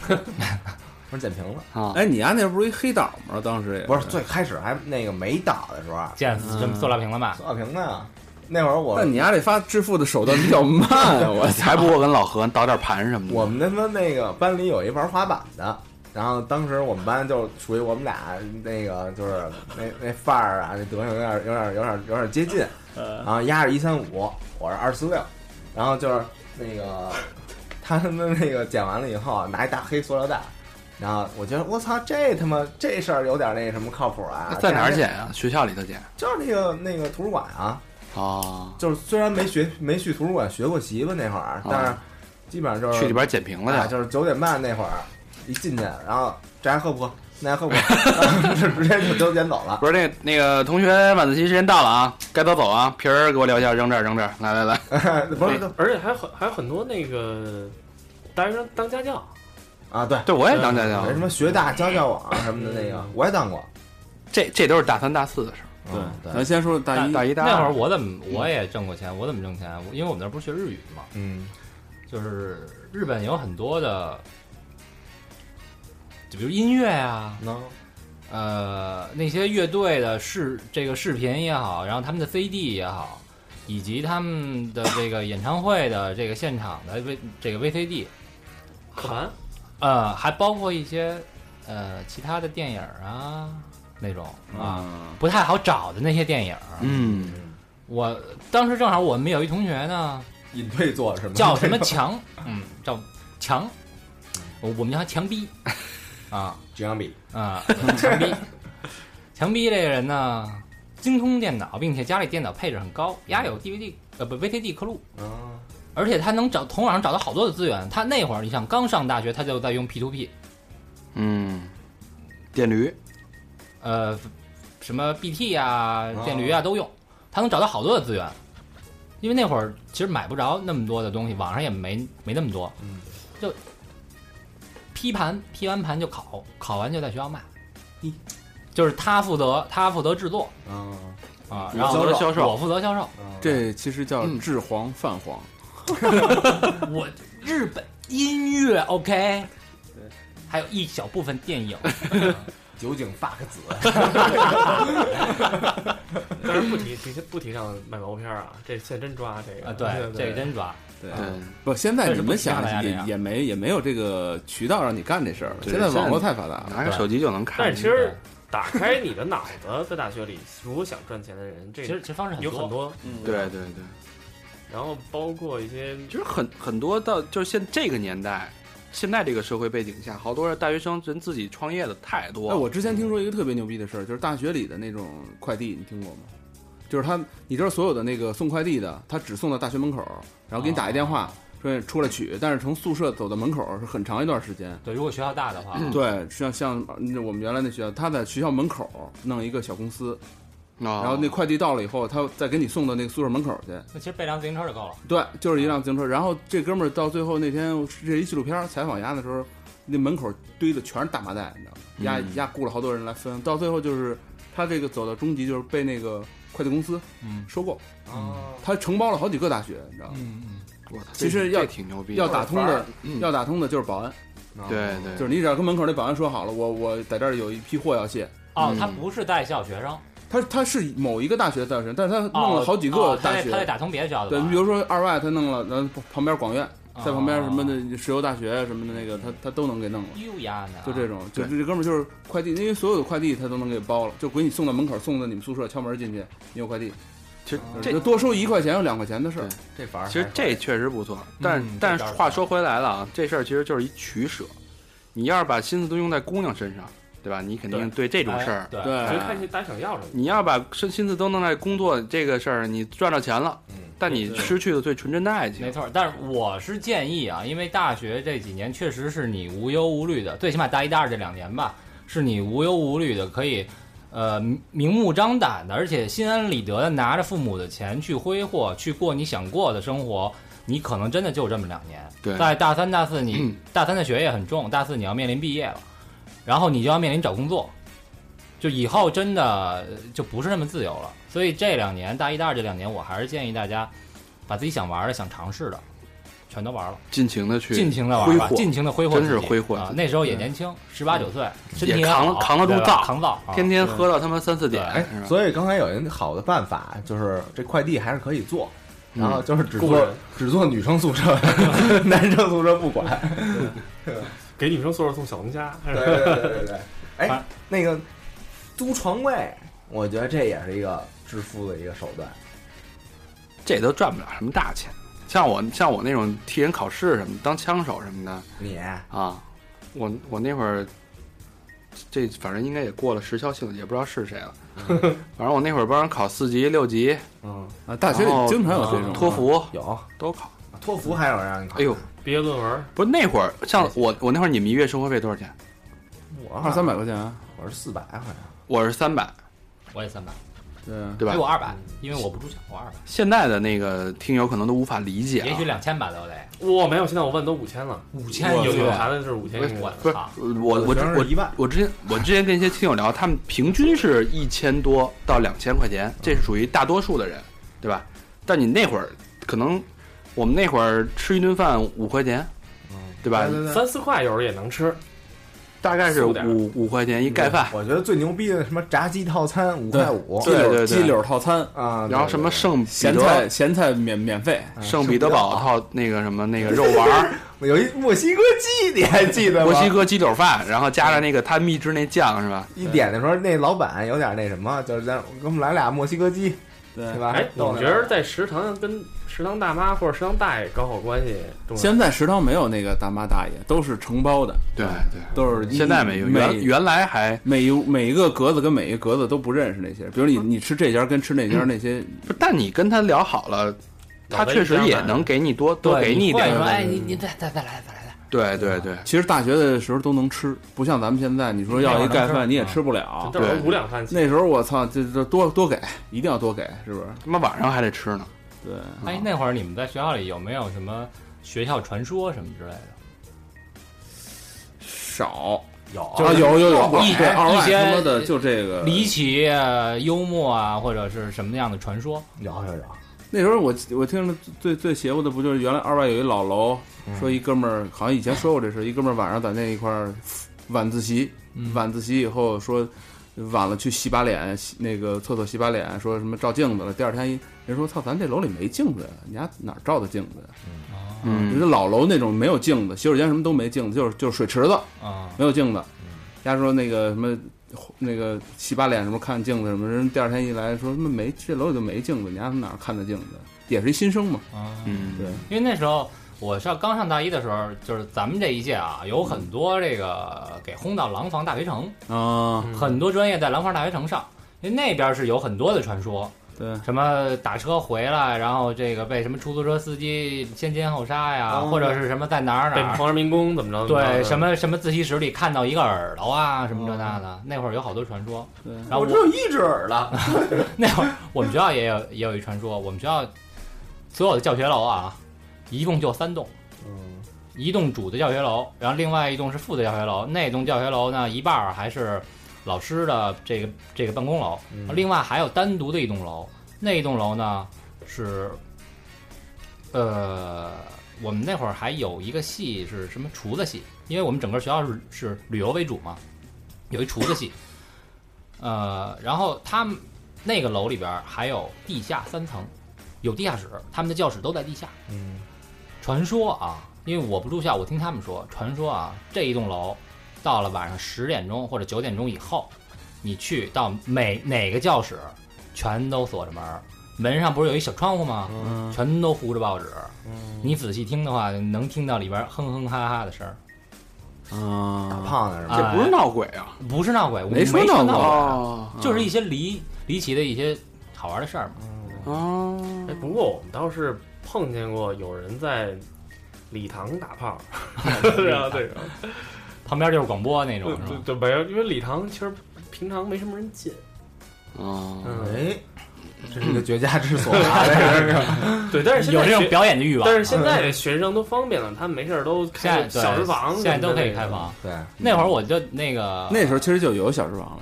Speaker 4: 我是捡瓶子，
Speaker 2: 啊！
Speaker 5: 哎，你家那不是一黑岛吗？当时也
Speaker 4: 不是最开始还那个没倒的时候啊，
Speaker 3: 见这么塑料瓶了吧？
Speaker 4: 塑料瓶子啊，那会儿我
Speaker 5: 那你家这发致富的手段比较 慢啊！我
Speaker 2: 还不如我跟老何倒点盘什么的。
Speaker 4: 我们他妈那个班里有一玩滑板的，然后当时我们班就属于我们俩那个就是那那范儿啊，那德行有点有点有点有点接近，
Speaker 2: 嗯
Speaker 3: 呃
Speaker 4: 然后压着一三五，我是二四六，然后就是那个他们那个剪完了以后啊拿一大黑塑料袋。然后我觉得我操，这他妈这事儿有点那什么靠谱啊！
Speaker 2: 在哪儿
Speaker 4: 这样
Speaker 2: 捡啊？学校里头捡
Speaker 4: 就是那个那个图书馆啊，
Speaker 2: 哦，
Speaker 4: 就是虽然没学没去图书馆学过习吧那会儿，但是基本上就是
Speaker 2: 去里边捡瓶
Speaker 4: 啊，
Speaker 2: 了去。
Speaker 4: 就是九点半那会儿一进去，然后这还喝不喝？那还喝不喝？ 然后就直接就都捡走了。
Speaker 2: 不是那那个同学，晚自习时间到了啊，该走走啊，皮儿给我留下，扔这儿扔这儿，来来来，
Speaker 4: 不是
Speaker 6: 而且还很还有很多那个大学生当家教，
Speaker 4: 啊，对，
Speaker 2: 对我也当家教
Speaker 4: 什，么学大家教网啊什么的那个，我也当过。
Speaker 2: 这这都是大三大四的事儿，
Speaker 5: 对
Speaker 4: 嗯，对，
Speaker 5: 咱先说大一
Speaker 2: 大一大
Speaker 3: 那会儿
Speaker 2: 二。
Speaker 3: 我怎么我也挣过钱？我怎么挣钱？我因为我们那儿不是学日语嘛，
Speaker 4: 嗯，
Speaker 3: 就是日本有很多的，就比如音乐啊，
Speaker 4: 能
Speaker 3: 呃，那些乐队的视这个视频也好，然后他们的 CD 也好，以及他们的这个演唱会的这个现场的 V 这个 VCD，
Speaker 6: 可汗
Speaker 3: 呃，还包括一些呃其他的电影啊那种啊、
Speaker 5: 啊，
Speaker 3: 不太好找的那些电影。啊
Speaker 2: 嗯，
Speaker 3: 我当时正好我们有一同学呢，
Speaker 4: 隐退做什么？
Speaker 3: 叫 什么强？嗯，叫强，我我们叫他强逼啊
Speaker 4: 纸样笔？
Speaker 3: 啊，强逼，强逼这个人呢，精通电脑，并且家里电脑配置很高，家有 DVD 呃不 VCD 刻录，
Speaker 4: 嗯，
Speaker 3: 而且他能找从网上找到好多的资源。他那会儿你想刚上大学，他就在用 P2P，
Speaker 2: 嗯，电驴，
Speaker 3: 呃，什么 BT 啊、电驴啊都用，他能找到好多的资源。因为那会儿其实买不着那么多的东西，网上也没没那么多，就批盘批完盘就烤，烤完就在学校卖。就是他负责他负责制作
Speaker 4: 嗯，
Speaker 3: 啊，
Speaker 2: 你
Speaker 3: 然后
Speaker 2: 负责销售
Speaker 3: 我负责销售。
Speaker 5: 这其实叫
Speaker 2: 嗯
Speaker 5: 治黄泛黄。
Speaker 3: 我日本音乐 OK，还有一小部分电影，
Speaker 10: 酒井 fuck 子，
Speaker 4: 嗯
Speaker 6: 但是不提提不提倡卖毛片儿啊，这现真抓这个
Speaker 3: 啊，对，这
Speaker 6: 对
Speaker 3: 个真抓，
Speaker 5: 对
Speaker 2: 对，
Speaker 5: 啊不，现在
Speaker 3: 但是
Speaker 5: 你
Speaker 3: 不
Speaker 5: 们想
Speaker 3: 像大家这
Speaker 5: 也
Speaker 3: 样
Speaker 5: 也没也没有这个渠道让你干这事儿了。
Speaker 2: 对
Speaker 5: 现在
Speaker 2: 现在
Speaker 5: 网络太发达了，
Speaker 2: 拿个手机就能看。
Speaker 6: 但是其实打开你的脑子，在大学里，如果想赚钱的人，这
Speaker 3: 其实其实方式很
Speaker 6: 有很
Speaker 3: 多，
Speaker 6: 多，
Speaker 2: 对对对，
Speaker 6: 然后包括一些
Speaker 2: 其实很很多到就是现这个年代，现在这个社会背景下，好多大学生人自己创业的啊太多
Speaker 5: 哎，
Speaker 2: 了。
Speaker 5: 我之前听说一个特别牛逼的事儿，就是大学里的那种快递，你听过吗？就是他，你知道所有的那个送快递的，他只送到大学门口，然后给你打一电话，说出来取，但是从宿舍走到门口是很长一段时间。
Speaker 3: 对，如果学校大的话，
Speaker 5: 对，像像那我们原来那学校，他在学校门口弄一个小公司，
Speaker 2: 哦
Speaker 5: 然后那快递到了以后，他再给你送到那个宿舍门口去。
Speaker 3: 那其实备辆自行车就够了。
Speaker 5: 对，就是一辆自行车。然后这哥们儿到最后那天，这一纪录片儿采访丫的时候，那门口堆的全是大麻袋，你知道吗？丫
Speaker 2: 嗯
Speaker 5: 丫雇了好多人来分，到最后就是他这个走到终极就是被那个快递公司
Speaker 11: 嗯
Speaker 5: 收购，
Speaker 6: 哦，
Speaker 5: 他承包了好几个大学，你知道吗？
Speaker 11: 嗯嗯，
Speaker 2: 我操
Speaker 5: 其
Speaker 2: 这
Speaker 5: 实要
Speaker 2: 这挺牛逼的，
Speaker 5: 要打通的，
Speaker 2: 嗯
Speaker 5: 要打通的就是保安，
Speaker 2: 对
Speaker 3: 嗯
Speaker 2: 对，
Speaker 5: 就是你只要跟门口那保安说好了，我我在这儿有一批货要卸。
Speaker 3: 哦
Speaker 2: 嗯，
Speaker 3: 他不是带校学生，
Speaker 5: 他他是某一个大学的大学生，但是他
Speaker 3: 哦
Speaker 5: 弄了好几个
Speaker 3: 哦
Speaker 5: 大
Speaker 3: 他得他得
Speaker 5: 学，
Speaker 3: 打通别的学校的
Speaker 5: 对，
Speaker 3: 吧，
Speaker 5: 比如说二外他弄了，然后旁边广院，
Speaker 3: 哦
Speaker 5: 在旁边什么的石油大学什么的那个，他他都能给弄了。
Speaker 3: 优雅
Speaker 2: 啊
Speaker 3: 呢，
Speaker 5: 就这种，就这哥们儿就是快递，因为所有的快递他都能给包了，就给你送到门口，送到你们宿舍，敲门进去，你有快递，
Speaker 2: 其实
Speaker 5: 就是
Speaker 2: 这
Speaker 5: 就多收一块钱有两块钱的事儿。
Speaker 10: 这法儿
Speaker 2: 其实这确实不错，但是、
Speaker 3: 嗯
Speaker 2: 但是
Speaker 3: 这招儿
Speaker 2: 话说回来了啊，这事儿其实就是一取舍。你要是把心思都用在姑娘身上，对吧？你肯定对这
Speaker 3: 这
Speaker 2: 种事儿，
Speaker 3: 哎
Speaker 2: 呃
Speaker 3: 对，
Speaker 6: 其
Speaker 5: 对
Speaker 6: 实看你大家想要什么。
Speaker 2: 你要把身心思都弄在工作这个事儿，你赚到钱了，
Speaker 10: 嗯
Speaker 2: 但你失去了最纯真的爱情。
Speaker 3: 没错。但是我是建议啊，因为大学这几年确实是你无忧无虑的，最起码大一、大二这两年吧，是你无忧无虑的，可以。呃，明明目张胆的，而且心安理得的拿着父母的钱去挥霍，去过你想过的生活，你可能真的就这么两年。
Speaker 2: 对
Speaker 3: 在大三、大四你，
Speaker 2: 嗯
Speaker 3: 大三的学业很重，大四你要面临毕业了，然后你就要面临找工作，就以后真的呃就不是那么自由了。所以这两年，大一、大二这两年，我还是建议大家把自己想玩的、想尝试的，全都玩了，
Speaker 2: 尽情的去
Speaker 3: 尽情的
Speaker 2: 挥
Speaker 3: 玩吧，
Speaker 2: 霍
Speaker 3: 尽情的挥霍自己，
Speaker 2: 真是挥霍
Speaker 3: 啊
Speaker 2: 自！己嗯
Speaker 3: 那时候也年轻，十八九岁，身体
Speaker 2: 也
Speaker 3: 好
Speaker 2: 扛了扛得住
Speaker 3: 对吧
Speaker 2: 造
Speaker 3: 扛造，啊
Speaker 2: 天天喝到他妈三四点，
Speaker 4: 哎
Speaker 2: 是，吧？
Speaker 4: 所以刚才有一个好的办法，就是这快递还是可以做，
Speaker 2: 嗯
Speaker 4: 然后就是只
Speaker 6: 雇
Speaker 4: 做
Speaker 6: 人
Speaker 4: 只做女生宿舍， 男生宿舍不管。
Speaker 6: 给女生宿舍送小龙虾，
Speaker 4: 对对对对对。哎
Speaker 3: 啊，
Speaker 4: 那个租床位，我觉得这也是一个致富的一个手段。
Speaker 2: 这都赚不了什么大钱。像我像我那种替人考试什么，当枪手什么的
Speaker 4: 你
Speaker 2: 啊，我我那会儿，这反正应该也过了时效性，也不知道是谁了。 反正我那会儿帮人考四级、六级，
Speaker 4: 嗯，
Speaker 5: 啊，大学里经常有这种
Speaker 2: 啊托福
Speaker 4: 有
Speaker 2: 都考。
Speaker 4: 托福还有人让你考？
Speaker 2: 哎呦，，
Speaker 6: 毕业论文，
Speaker 2: 不是那会儿，像我我那会儿，你们一月生活费多少钱？
Speaker 4: 我
Speaker 5: 二三，百块钱啊，
Speaker 4: 我是四百好像。
Speaker 2: 我是三百，
Speaker 3: 我也三百，
Speaker 5: 对啊，
Speaker 2: 对吧嗯
Speaker 3: 给我？二百，因为我不住校，我二百，
Speaker 2: 现在的那个听友可能都无法理解、啊，
Speaker 3: 也许两千吧都得
Speaker 6: 我没有，现在我问都五千了，
Speaker 3: 五
Speaker 6: 有
Speaker 3: 千一个
Speaker 6: 有
Speaker 3: 月，
Speaker 6: 孩子是五千一个
Speaker 3: 我
Speaker 6: 月，
Speaker 2: 不是
Speaker 3: 操！
Speaker 2: 我我
Speaker 4: 学生是
Speaker 2: 我
Speaker 4: 一万
Speaker 2: 我之前我之前跟一些听友聊，他们平均是一千多到两千块钱，这是属于大多数的人，对吧？但你那会儿可能我们那会儿吃一顿饭五块钱，对吧？
Speaker 6: 三四块有时候也能吃，
Speaker 2: 嗯大概是
Speaker 6: 四五点
Speaker 2: 五五块钱一盖饭，
Speaker 4: 我觉得最牛逼的什么炸鸡套餐五块五
Speaker 5: 鸡柳
Speaker 2: 对对对
Speaker 5: 鸡柳套餐，
Speaker 4: 啊，
Speaker 2: 嗯然后什么圣彼
Speaker 5: 咸菜
Speaker 2: 得
Speaker 5: 咸菜免免费，
Speaker 2: 啊圣彼得堡套那个什么那个肉丸 儿，
Speaker 4: 有一墨西哥鸡，你还记得吗？
Speaker 2: 墨西哥鸡柳饭，然后加上那个他秘制那酱是吧？
Speaker 4: 一点的时候，那老板有点那什么，就是咱给我们来俩墨西哥鸡，
Speaker 5: 对
Speaker 4: 对
Speaker 3: 啊
Speaker 4: 吧？
Speaker 6: 哎，你
Speaker 4: 逗
Speaker 6: 们
Speaker 4: 那
Speaker 6: 觉得在食堂上跟食堂大妈或者食堂大爷搞好关系重要？
Speaker 5: 现在食堂没有那个大妈大爷，都是承包的，
Speaker 2: 对对，
Speaker 5: 都是一
Speaker 2: 现在没有，原
Speaker 5: 每
Speaker 2: 原来还
Speaker 5: 每一每一个格子跟每一个格子都不认识那些，比如你你吃这家跟吃那家那些，
Speaker 2: 不，但你跟他聊好了，他
Speaker 6: 脑袋一
Speaker 2: 确实
Speaker 6: 张
Speaker 2: 也
Speaker 6: 啊
Speaker 2: 能给你多多
Speaker 3: 对
Speaker 2: 给
Speaker 3: 你
Speaker 2: 一点
Speaker 3: 会
Speaker 2: 儿嗯
Speaker 3: 说，
Speaker 2: 的。
Speaker 3: 哎，你你再再再来再来再来，
Speaker 2: 对对对，
Speaker 5: 其实大学的时候都能吃，不像咱们现在，你说要一盖饭你也吃嗯不了
Speaker 6: 就。到时候五两饭钱，
Speaker 5: 那时候我操，这这多多给，一定要多给，是不是？
Speaker 2: 他妈晚上还得吃呢。
Speaker 5: 对，
Speaker 2: 嗯
Speaker 3: 哎，那会儿你们在学校里有没有什么学校传说什么之类的？
Speaker 5: 少
Speaker 10: 有
Speaker 5: 就是有有有，
Speaker 3: 一
Speaker 5: 对，二
Speaker 3: 一
Speaker 5: 外
Speaker 3: 些
Speaker 5: 他妈的就这个。
Speaker 3: 离奇、呃幽默啊，或者是什么样的传说？
Speaker 4: 有有有，
Speaker 5: 那时候我我听着最最邪乎的不嗯就是原来二外有一老楼，说一哥们儿好像以前说过这事，一哥们儿晚上在那一块儿晚自习，晚自习以后说晚了去洗把脸，洗那个厕所洗把脸，说什么照镜子了。第二天一人说：“操，咱这楼里没镜子呀，你家哪儿照的镜子呀？”
Speaker 3: 哦
Speaker 2: 嗯
Speaker 5: 就是老楼那种没有镜子，洗手间什么都没镜子，就是就是水池子
Speaker 3: 啊，
Speaker 5: 没有镜子。人家说那个什么那个洗把脸什么看镜子什么，人第二天一来说他妈没这楼里就没镜子，你家哪儿看的镜子？也是一新生嘛，
Speaker 3: 啊
Speaker 2: 嗯，
Speaker 5: 对
Speaker 3: 因为那时候我上刚上大一的时候，就是咱们这一届啊，有很多这个给轰到廊坊大学城，
Speaker 5: 啊，
Speaker 6: 嗯
Speaker 3: 很多专业在廊坊大学城上，因为那边是有很多的传说，
Speaker 5: 对，
Speaker 3: 什么打车回来，然后这个被什么出租车司机先奸后杀呀，或者是什么在哪儿
Speaker 6: 被
Speaker 3: 哪儿。
Speaker 6: 黄二民工怎么着？
Speaker 3: 对，什
Speaker 6: 么
Speaker 3: 么什么自习室里看到一个耳朵啊，什么这那的，那会儿有好多传说。
Speaker 5: 对
Speaker 3: 然后
Speaker 12: 我只有一只耳了，
Speaker 3: 那会儿我们学校也有也有一传说，我们学校所有的教学楼啊，一共就三栋，
Speaker 4: 嗯
Speaker 3: 一栋主的教学楼，然后另外一栋是副的教学楼，那栋教学楼呢一半儿还是老师的这个这个办公楼，另外还有单独的一栋楼，那一栋楼呢是，呃，我们那会儿还有一个系是什么厨子系，因为我们整个学校是是旅游为主嘛，有一厨子系，呃，然后他们那个楼里边儿还有地下三层，有地下室，他们的教室都在地下。嗯，传说啊，因为我不住校，我听他们说，传说啊，这一栋楼到了晚上十点钟或者九点钟以后，你去到每哪个教室，全都锁着门儿，门上不是有一小窗户吗？
Speaker 6: 嗯
Speaker 3: 全都糊着报纸。你仔细听的话，能听到里边儿哼哼哈哈的声儿。
Speaker 4: 大胖子是吧？
Speaker 2: 这不是闹鬼啊，
Speaker 3: 不是闹鬼，我
Speaker 5: 没说
Speaker 3: 说
Speaker 5: 闹
Speaker 3: 闹
Speaker 5: 鬼
Speaker 3: 啊
Speaker 2: 哦
Speaker 3: 就是一些离离奇的一些好玩的事儿
Speaker 6: 嗯
Speaker 3: 嘛。
Speaker 2: 哦，
Speaker 6: 哎，不过我们倒是碰见过有人在礼堂打 炮， 对啊，对
Speaker 3: 哎
Speaker 6: 啊，
Speaker 3: 旁边就是广播那种，
Speaker 6: 对
Speaker 3: 是吧？
Speaker 6: 对，没有，因为礼堂其实平常没什么人进，
Speaker 2: 哦，
Speaker 6: 嗯，
Speaker 4: 哎，这是一个绝佳之所啊！这是
Speaker 6: 对，但是现在
Speaker 3: 有这种
Speaker 6: 学
Speaker 3: 表演的欲望。
Speaker 6: 但是现在这学生都方便了，他们没事儿都
Speaker 3: 现在
Speaker 6: 开
Speaker 3: 对
Speaker 6: 小食房，
Speaker 3: 现在都可以开。房。
Speaker 6: 嗯
Speaker 4: 对，
Speaker 3: 那会儿我就那个
Speaker 5: 那时候其实就有小时王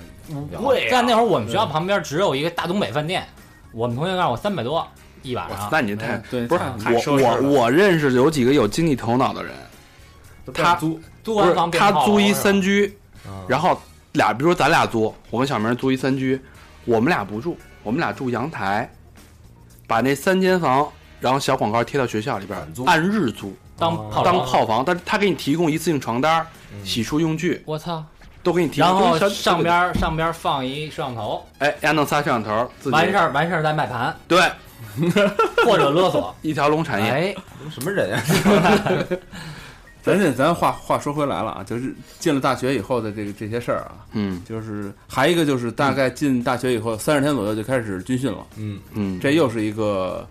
Speaker 5: 了，
Speaker 6: 会啊，
Speaker 3: 但那会儿我们学校旁边只有一个大东北饭店，我们同学告诉我三百多一晚上。
Speaker 2: 那你太
Speaker 5: 对，
Speaker 2: 不是
Speaker 12: 太
Speaker 2: 我
Speaker 12: 奢侈
Speaker 2: 我
Speaker 12: 了
Speaker 2: 我认识有几个有经济头脑的人，他
Speaker 12: 租
Speaker 3: 租
Speaker 2: 不是
Speaker 3: 完房变
Speaker 2: 他
Speaker 3: 炮楼
Speaker 2: 租一
Speaker 3: 是吧
Speaker 2: 三居，
Speaker 4: 嗯
Speaker 2: 然后俩比如说咱俩租，我跟小明租一三居，我们俩不住，我们俩住阳台，把那三间房，然后小广告贴到学校里边，按日租
Speaker 3: 当炮
Speaker 2: 当
Speaker 3: 楼
Speaker 2: 炮房，但是他给你提供一次性床单、洗漱用具
Speaker 3: 我操！
Speaker 2: 都给你提供，
Speaker 3: 然后
Speaker 2: 都是小
Speaker 3: 上边上边放一摄像头，
Speaker 2: 哎，丫弄仨摄像头，自己
Speaker 3: 完事儿完事儿再卖盘
Speaker 2: 对
Speaker 3: 或者勒 索。
Speaker 2: 一条龙产业。
Speaker 3: 哎，
Speaker 4: 什么人呀？啊
Speaker 5: 咱这咱话话说回来了啊，就是进了大学以后的这个这些事儿啊，
Speaker 2: 嗯
Speaker 5: 就是还一个就是大概进大学以后三十天左右就开始军训了，
Speaker 2: 嗯，
Speaker 5: 这又是一个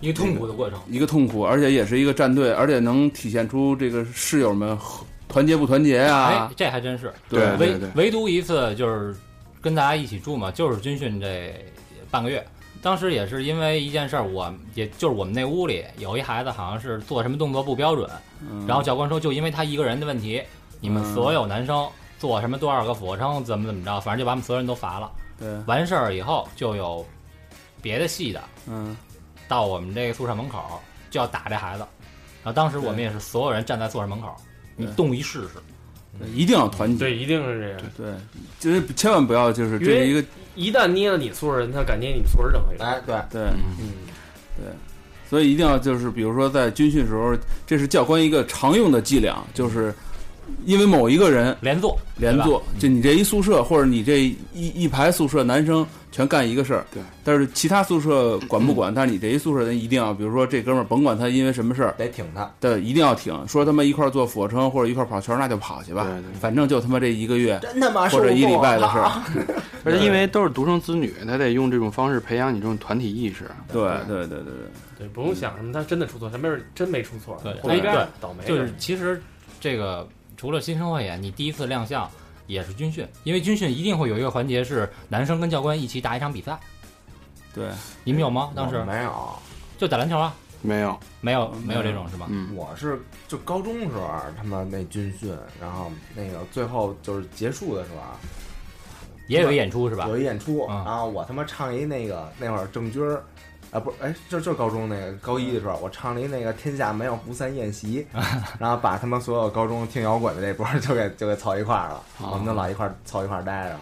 Speaker 3: 一个痛苦的过程。
Speaker 5: 一个痛苦，而且也是一个战队，而且能体现出这个室友们和团结不团结
Speaker 3: 哎
Speaker 5: 啊，，
Speaker 3: 这还真是。
Speaker 2: 对
Speaker 3: 唯唯独一次就是跟大家一起住嘛，就是军训这半个月。当时也是因为一件事儿，我也就是我们那屋里有一孩子好像是做什么动作不标准，
Speaker 5: 嗯
Speaker 3: 然后教官说就因为他一个人的问题，你们所有男生做什么多少个俯卧撑怎么怎么着，反正就把我们所有人都罚了。
Speaker 5: 对，
Speaker 3: 完事儿以后就有别的系的
Speaker 5: 嗯，
Speaker 3: 到我们这个宿舍门口就要打这孩子，然后当时我们也是所有人站在宿舍门口，你
Speaker 5: 对
Speaker 3: 动一试试。
Speaker 5: 一定要团结，
Speaker 6: 对，一定是这样。
Speaker 5: 对，就是千万不要就是这
Speaker 6: 因
Speaker 5: 是
Speaker 6: 为
Speaker 5: 一个
Speaker 6: 一旦捏了你宿舍人，他敢捏你们宿舍任何人。
Speaker 4: 哎，对，
Speaker 5: 对，
Speaker 6: 嗯，
Speaker 5: 所以一定要就是，比如说在军训时候，这是教官一个常用的伎俩，就是因为某一个人
Speaker 3: 连坐，
Speaker 5: 连坐，就你这一宿舍或者你这一一排宿舍男生全干一个事儿，
Speaker 2: 对。
Speaker 5: 但是其他宿舍管不管？但是你这一宿舍人一定要，比如说这哥们儿甭管他因为什么事儿，
Speaker 4: 得挺他。
Speaker 5: 对，一定要挺。说他妈一块儿做俯卧撑或者一块儿跑圈儿，那就跑去吧，
Speaker 2: 对对对
Speaker 5: 反正就他妈这一个月
Speaker 4: 真他妈
Speaker 5: 或者一礼
Speaker 2: 啊
Speaker 5: 拜的事儿。
Speaker 2: 而且因为都是独生子女，他得用这种方式培养你这种团体意识。
Speaker 5: 对对对对对，
Speaker 6: 对，不用想什么，他真的出错，他没准真没出错，
Speaker 3: 嗯对
Speaker 6: 后边
Speaker 3: 对
Speaker 6: 儿倒霉
Speaker 3: 就
Speaker 6: 了
Speaker 3: 是其实这个除了新生汇演，你第一次亮相也是军训，因为军训一定会有一个环节是男生跟教官一起打一场比赛。
Speaker 5: 对，
Speaker 3: 你们有吗？当
Speaker 4: 我
Speaker 3: 时
Speaker 4: 嗯没有，
Speaker 3: 就打篮球啊？
Speaker 2: 没有，
Speaker 3: 没有，没有这种是吧？
Speaker 2: 嗯，
Speaker 4: 我是就高中时候儿他妈那军训，然后那个最后就是啊结束的时候啊，
Speaker 3: 也有一演出是吧？
Speaker 4: 有一演出，
Speaker 3: 嗯
Speaker 4: 然后我他妈唱一那个那会儿郑钧儿啊，不是，哎，就就是高中那个高一的时候，我唱了一那个“天下没有不散宴席”， 然后把他们所有高中听摇滚的这波儿就给就给凑一块儿了，我们就老一块儿凑一块儿待着。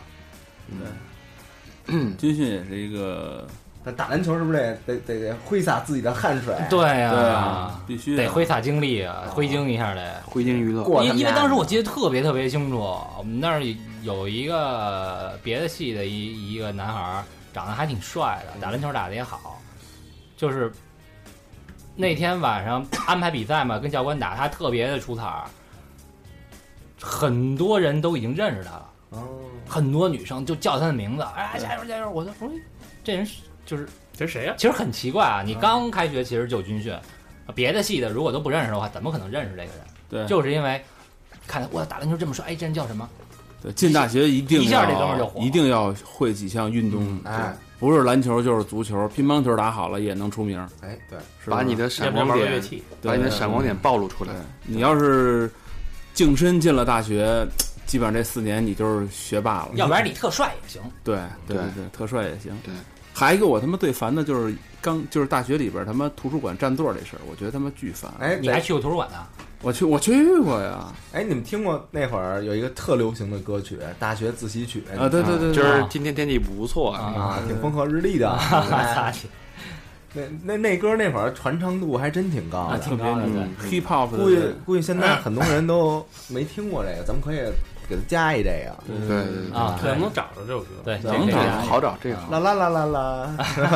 Speaker 2: 嗯
Speaker 5: 军训也是一个，
Speaker 4: 但打篮球是不是得得得得挥洒自己的汗水？
Speaker 3: 对呀、
Speaker 5: 对啊，必须
Speaker 3: 得挥洒精力啊，挥金一下得。
Speaker 2: 回京娱乐
Speaker 4: 过他
Speaker 3: 因
Speaker 4: 们
Speaker 3: 因为
Speaker 5: 啊
Speaker 4: 家
Speaker 3: 当时我记得特别特别清楚，我们那儿有一个别的系的一一个男孩儿，长得还挺帅的，打篮球打得也好，就是那天晚上安排比赛嘛，跟教官打，他特别的出彩儿，很多人都已经认识他了，
Speaker 4: 哦，
Speaker 3: 很多女生就叫他的名字，哎，加油加油！我就说这人是就是
Speaker 6: 这谁呀、
Speaker 3: 其实很奇怪啊，你刚开学其实就军训，别的系的如果都不认识的话，怎么可能认识这个人？
Speaker 5: 对
Speaker 3: 就是因为看见哇打篮球这么帅，哎，这人叫什么？
Speaker 5: 对进大学一定
Speaker 3: 一下
Speaker 5: 要
Speaker 3: 这东西就火了
Speaker 5: 一定要会几项运动，
Speaker 2: 嗯
Speaker 4: 哎
Speaker 5: 对不是篮球就是足球，乒乓球打好了也能出名。
Speaker 4: 哎，对，
Speaker 5: 是吧
Speaker 2: 把你的
Speaker 6: 要
Speaker 2: 闪
Speaker 6: 不然
Speaker 2: 光
Speaker 6: 玩玩乐
Speaker 2: 点，
Speaker 6: 器，
Speaker 2: 把你的闪光点暴露出来
Speaker 5: 对。你要是净身进了大学，基本上这四年你就是学霸了。
Speaker 3: 要不然你特帅也行。
Speaker 5: 对对
Speaker 2: 对
Speaker 5: 对，特帅也行。
Speaker 2: 对，
Speaker 5: 还有一个我他妈最烦的就是刚就是大学里边他妈图书馆占座这事儿，我觉得他妈巨烦。
Speaker 4: 哎，
Speaker 3: 你还去过图书馆呢？
Speaker 5: 我去我去过呀，
Speaker 4: 哎，你们听过那会儿有一个特流行的歌曲《大学自习曲》
Speaker 5: 啊对对对
Speaker 2: 今
Speaker 5: 对，
Speaker 2: 儿今天天气不错啊，
Speaker 4: 啊，挺风和日丽的。
Speaker 3: 啊
Speaker 4: 哎 那那那歌那会儿传唱度还真挺高
Speaker 3: 啊，
Speaker 4: 的，
Speaker 3: 挺高的，对
Speaker 5: 嗯。，hip hop 的
Speaker 4: 估计估计 现在很多人都没听过这个，咱们可以给他加一这 个。
Speaker 2: 对对啊对，
Speaker 3: 啊，
Speaker 6: 能不
Speaker 3: 对
Speaker 6: 能找着这首歌？
Speaker 3: 对，这
Speaker 5: 能
Speaker 3: 这
Speaker 5: 找
Speaker 3: 这
Speaker 2: 好找这个好
Speaker 4: 啦啦啦啦啦，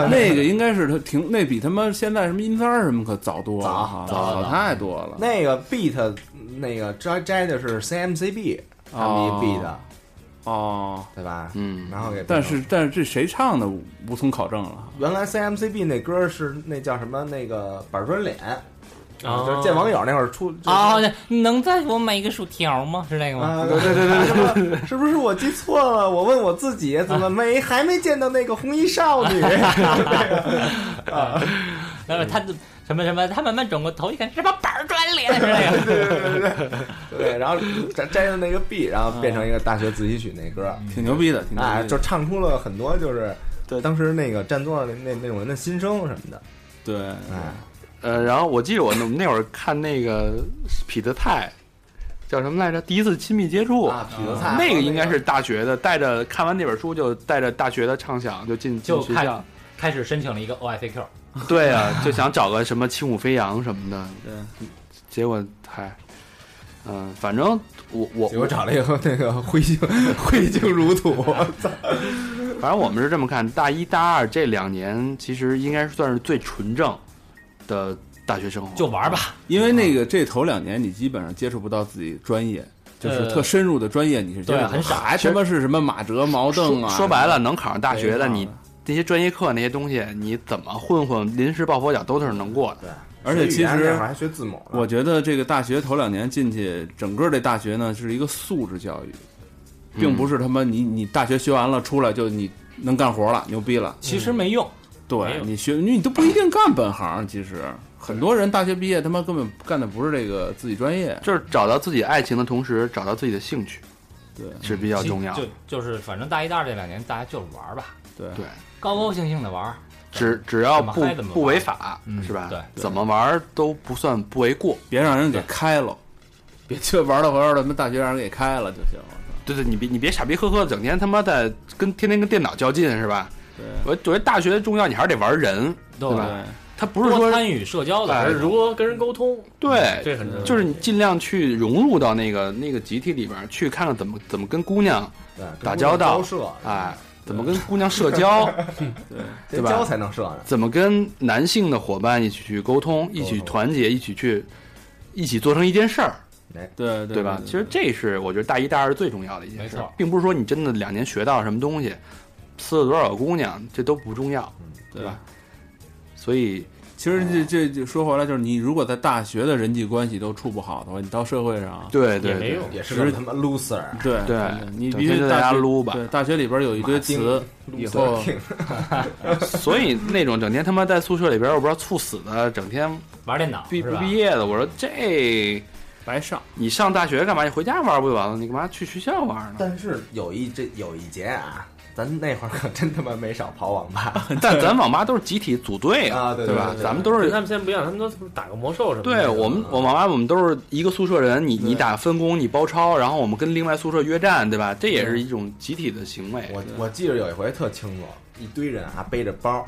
Speaker 5: 那个应该是他挺那比他妈现在什么音三儿什么可早多了
Speaker 4: 早
Speaker 5: 哈，
Speaker 3: 早
Speaker 5: 早
Speaker 3: 早
Speaker 5: 太多了。
Speaker 4: 那个 beat 那个摘摘的是 CMCB 他们一
Speaker 5: 哦
Speaker 4: beat 的，
Speaker 5: 哦，
Speaker 4: 对吧？
Speaker 2: 嗯，
Speaker 4: 然后给，
Speaker 5: 但是但是这谁唱的无从考证了。
Speaker 4: 原来 CMCB 那歌是那叫什么那个板砖脸，
Speaker 6: 啊，
Speaker 4: 就是见网友那会儿出
Speaker 3: 啊，对能再给我买一个薯条吗？是那个吗？
Speaker 4: 啊，对对对对，是不是我记错了？我问我自己，怎么没还没见到那个红衣少女？
Speaker 3: 然后他就什么什么，他慢慢转过头一看，什么板砖脸是那个。
Speaker 4: 对，然后摘摘的那个 B，然后变成一个大学自习曲那歌，
Speaker 5: 挺牛逼的，挺牛
Speaker 4: 哎，
Speaker 5: 逼
Speaker 4: 就
Speaker 5: 的。
Speaker 4: 唱出了很多就是当时那个占座那那那种人的心声什么的，
Speaker 5: 对，
Speaker 4: 哎，
Speaker 2: 呃，然后我记得我那那会儿看那个痞子泰，叫什么来着？第一次亲密接触，
Speaker 4: 啊，痞子蔡
Speaker 2: 那个应该是大学的，带着看完那本书就带着大学的畅想就进进
Speaker 3: 就
Speaker 2: 学
Speaker 3: 看
Speaker 2: 校，
Speaker 3: 开始申请了一个 OICQ，
Speaker 2: 对啊，就想找个什么轻舞飞扬什么的，嗯
Speaker 5: 对，
Speaker 2: 结果还，嗯、反正我我
Speaker 4: 结果找了一个那个挥 金挥金如土，
Speaker 2: 反正我们是这么看，大一大二这两年其实应该算是最纯正的大学生活，
Speaker 3: 就玩吧。
Speaker 5: 因为那个这头两年你基本上接触不到自己专业，就是特深入的专业，你是接触
Speaker 3: 对
Speaker 5: 不到
Speaker 3: 很少
Speaker 5: 还他妈是什么马哲、毛邓啊？
Speaker 2: 说白了，能考上大学
Speaker 5: 没
Speaker 2: 的
Speaker 5: 办法
Speaker 2: 你。那些专业课那些东西，你怎么混混临时抱佛脚都是能过的。
Speaker 5: 而且其
Speaker 4: 学语言那
Speaker 5: 实
Speaker 4: 会儿还学字母呢，
Speaker 5: 我觉得这个大学头两年进去，整个这大学呢是一个素质教育，并不是他妈你你大学学完了出来就你能干活了，牛逼了。
Speaker 3: 其实没用，
Speaker 6: 没
Speaker 5: 对
Speaker 6: 有
Speaker 5: 你学你你都不一定干本行，其实很多人大学毕业他妈根本干的不是这个自己专业。
Speaker 2: 就是找到自己爱情的同时，找到自己的兴趣
Speaker 5: 对
Speaker 2: 是比较
Speaker 3: 其
Speaker 2: 重要的
Speaker 3: 就。就是反正大一、大二这两年，大家就是玩吧，
Speaker 5: 对
Speaker 2: 对，
Speaker 3: 高高兴兴的玩。
Speaker 2: 只只要
Speaker 3: 怎么
Speaker 2: 不
Speaker 3: 嗨怎么玩
Speaker 2: 不违法，
Speaker 3: 嗯
Speaker 2: 是吧？
Speaker 3: 对
Speaker 2: 怎么玩儿都不算不为过。
Speaker 5: 别让人给开了，别就玩到玩到他妈大学让人给开了就行了。
Speaker 2: 对对，你别你别傻逼呵呵，整天他妈的跟天天跟电脑较劲，是吧？
Speaker 5: 对
Speaker 2: 我觉得大学重要，你还是得玩人，
Speaker 3: 对
Speaker 2: 对吧？他不是
Speaker 3: 多
Speaker 2: 说
Speaker 3: 参与社交
Speaker 2: 哎
Speaker 3: 的，
Speaker 6: 如何跟人沟通，
Speaker 2: 对，
Speaker 6: 这很重要。
Speaker 2: 就是你尽量去融入到那个那个集体里边儿去，看看怎么怎么跟姑娘
Speaker 4: 对跟
Speaker 2: 打交道
Speaker 4: 交涉
Speaker 2: 哎，怎么跟姑娘社 交，
Speaker 4: 得
Speaker 2: 对吧
Speaker 4: 交才能射呢，
Speaker 2: 怎么跟男性的伙伴一起去沟通，一起团结，一起去一起做成一件事儿。
Speaker 5: 对对
Speaker 2: 对吧？其实这是我觉得大一、大二最重要的一件事
Speaker 3: 没错，
Speaker 2: 并不是说你真的两年学到什么东西，呲了多少个姑娘，这都不重要，
Speaker 5: 对
Speaker 2: 对吧？所以，
Speaker 5: 其实这这这说回来就是，你如果在大学的人际关系都处不好的话，你到社会上，啊
Speaker 2: 对
Speaker 6: 也
Speaker 2: 对
Speaker 6: 没
Speaker 2: 对
Speaker 6: 用，
Speaker 4: 也是个他妈 loser，
Speaker 5: 对
Speaker 2: 对
Speaker 5: 你
Speaker 2: 整
Speaker 5: 必
Speaker 2: 天
Speaker 5: 须
Speaker 2: 就在
Speaker 5: 大
Speaker 2: 家
Speaker 5: 学
Speaker 2: 撸吧
Speaker 5: 对，大学里边有一堆词，以 后
Speaker 2: 所以那种整天他妈在宿舍里边，我不知道猝死的，整天
Speaker 3: 玩电脑
Speaker 2: 毕
Speaker 3: 是
Speaker 2: 嗯不
Speaker 3: 吧
Speaker 2: 毕？业的，我说这
Speaker 5: 白上。
Speaker 2: 你上大学干嘛？你回家玩不就完了？你干嘛去学校玩呢？
Speaker 4: 但是有一这有一节啊，咱那会儿可真他妈没少跑网吧
Speaker 2: 但咱网吧都是集体组队
Speaker 4: 啊对
Speaker 2: 对
Speaker 4: 对
Speaker 2: 吧
Speaker 4: 对？对
Speaker 2: 咱们都是
Speaker 6: 他们现在不一样，他们都打个魔兽什么的。嗯
Speaker 2: 对我们，我们玩我们都是一个宿舍人，你你打分工，你包抄，然后我们跟另外宿舍约战，对吧？这也是一种集体的行为。
Speaker 4: 我我记着有一回特清楚，一堆人啊背着包，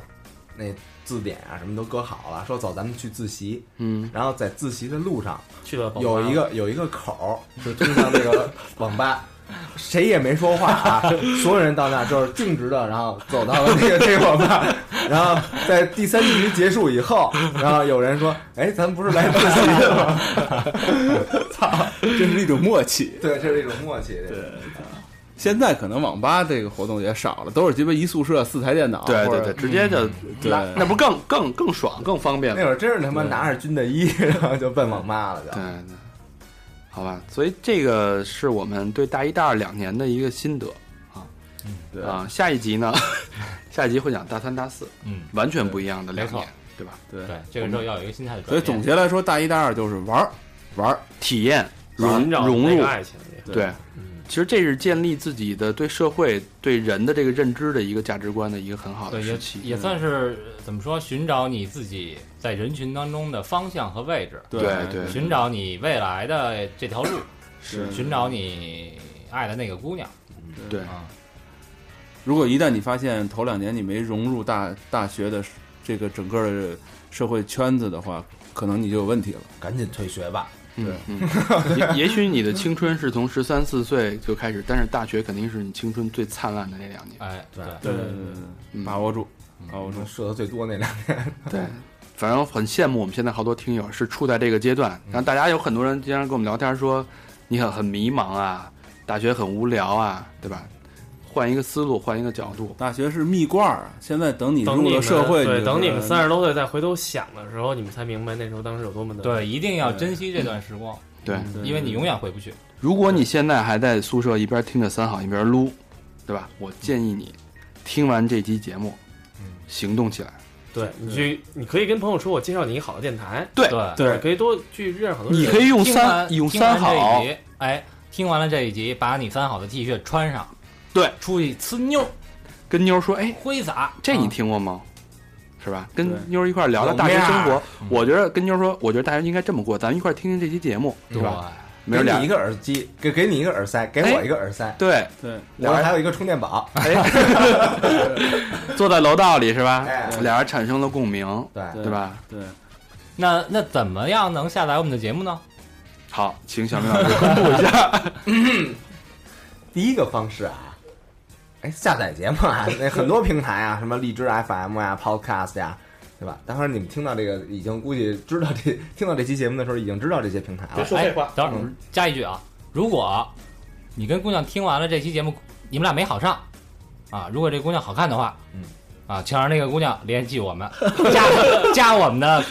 Speaker 4: 那字典啊什么都搁好了，说走，咱们去自习。
Speaker 2: 嗯，
Speaker 4: 然后在自习的路上，
Speaker 6: 去了宝马
Speaker 4: 有一个有一个口儿是通向那个网吧，谁也没说话啊，所有人到那儿就是径直的，然后走到了那个 这个网吧，然后在第三局结束以后，然后有人说：“哎，咱不是来自习的吗。
Speaker 5: 这是一种默契？”
Speaker 4: 对，这是一种默契。对，
Speaker 5: 现在可能网吧这个活动也少了，都是鸡巴一宿舍四台电脑，
Speaker 2: 对
Speaker 5: 啊或
Speaker 2: 对
Speaker 5: 者
Speaker 2: 对，，直接就
Speaker 5: 对
Speaker 2: 那那不更更更爽更方便
Speaker 4: 那
Speaker 2: 吗？
Speaker 4: 会儿真是他妈拿着军的衣，然后就奔网吧了，就
Speaker 2: 对。对，好吧，所以这个是我们对大一、大二两年的一个心得啊。
Speaker 5: 对
Speaker 2: 啊，下一集呢， 下一集会讲大三、大四，
Speaker 3: 嗯，
Speaker 2: 完全不一样的两
Speaker 3: 没
Speaker 2: 年
Speaker 3: 错，
Speaker 2: 对吧？
Speaker 3: 对，这个时候要有一个心态的转
Speaker 5: 所以
Speaker 3: 变。
Speaker 5: 总结来说，大一、大二就是玩儿玩儿，
Speaker 2: 体验融
Speaker 6: 寻找
Speaker 2: 融
Speaker 6: 那
Speaker 2: 入
Speaker 6: 个爱情也
Speaker 5: 对嗯
Speaker 2: 对，其实这是建立自己的对社会、对人的这个认知的一个价值观的一个很好的
Speaker 3: 对，
Speaker 2: 时
Speaker 3: 也
Speaker 2: 期。
Speaker 3: 也算是呃怎么说，寻找你自己在人群当中的方向和位置，
Speaker 2: 对对
Speaker 3: 寻找你未来的这条路，
Speaker 5: 是
Speaker 3: 寻找你爱的那个姑娘。
Speaker 2: 嗯对
Speaker 3: 啊，
Speaker 5: 如果一旦你发现头两年你没融入大大学的这个整个的社会圈子的话，可能你就有问题了。
Speaker 4: 赶紧退学吧。
Speaker 2: 嗯嗯， 也也许你的青春是从十三四岁就开始，但是大学肯定是你青春最灿烂的那两年。
Speaker 3: 哎，对，
Speaker 6: 对对
Speaker 2: 嗯
Speaker 5: 把握住，把握住。
Speaker 4: 射的最多那两个，
Speaker 2: 对，反正很羡慕我们现在好多听友是处在这个阶段，然后大家有很多人经常跟我们聊天说，你很很迷茫啊，大学很无聊啊，对吧？换一个思路，换一个角度，
Speaker 5: 大学是蜜罐儿，啊现在等你嗯
Speaker 6: 等
Speaker 5: 入
Speaker 6: 你
Speaker 5: 了
Speaker 6: 们
Speaker 5: 社会，
Speaker 6: 对，等你们三
Speaker 5: 十，
Speaker 6: 十多岁再回头想的时候，你们才明白那时候当时有多么的
Speaker 3: 对，一定要珍惜这段时光，
Speaker 2: 对。
Speaker 3: 因为你永远回不去。
Speaker 2: 如果你现在还在宿舍一边听着三好一边撸，对吧？我建议你听完这期节目，行动起来。
Speaker 6: 对，你去，你可以跟朋友说，我介绍你一好的电台，
Speaker 2: 对
Speaker 3: 对，
Speaker 6: 对，可以多去认识好多人。
Speaker 2: 你可以用
Speaker 3: 听
Speaker 2: 三
Speaker 3: 完
Speaker 2: 用
Speaker 3: 听完
Speaker 2: 三好
Speaker 3: 这一，集，哎，听完了这一集，把你三好的 T 恤穿上，
Speaker 2: 对，
Speaker 3: 出去呲妞
Speaker 2: 跟妞说，哎，
Speaker 3: 挥洒，啊
Speaker 2: 这你听过吗？是吧？跟
Speaker 5: 对
Speaker 2: 妞一块儿聊聊大学生活，我觉得跟妞说，我觉得大学应该这么过，咱们一块儿听听这期节目，对
Speaker 3: 对
Speaker 2: 吧？
Speaker 3: 吧？
Speaker 2: 没有
Speaker 4: 给
Speaker 2: 俩
Speaker 4: 你一个耳机，给给你一个耳塞，给我一个耳塞，
Speaker 2: 对，
Speaker 5: 对，
Speaker 4: 我还有一个充电宝。
Speaker 2: 坐在楼道里是吧
Speaker 4: 哎？
Speaker 2: 俩人产生了共鸣，
Speaker 4: 对，
Speaker 5: 对
Speaker 2: 对吧？
Speaker 5: 对，
Speaker 3: 那那怎么样能下载我们的节目呢？
Speaker 2: 好，请小明老师公布一下。
Speaker 4: 第一个方式啊，哎，下载节目啊，那很多平台啊，什么荔枝 FM 呀、Podcast 呀，对吧？待会儿你们听到这个，已经估计知道这听到这期节目的时候，已经知道这些平台了。
Speaker 3: 哎，等会
Speaker 2: 嗯
Speaker 3: 儿加一句啊，如果你跟姑娘听完了这期节目，你们俩没好上啊，如果这姑娘好看的话，
Speaker 4: 嗯，
Speaker 3: 啊，请让那个姑娘联系我们，加加我们的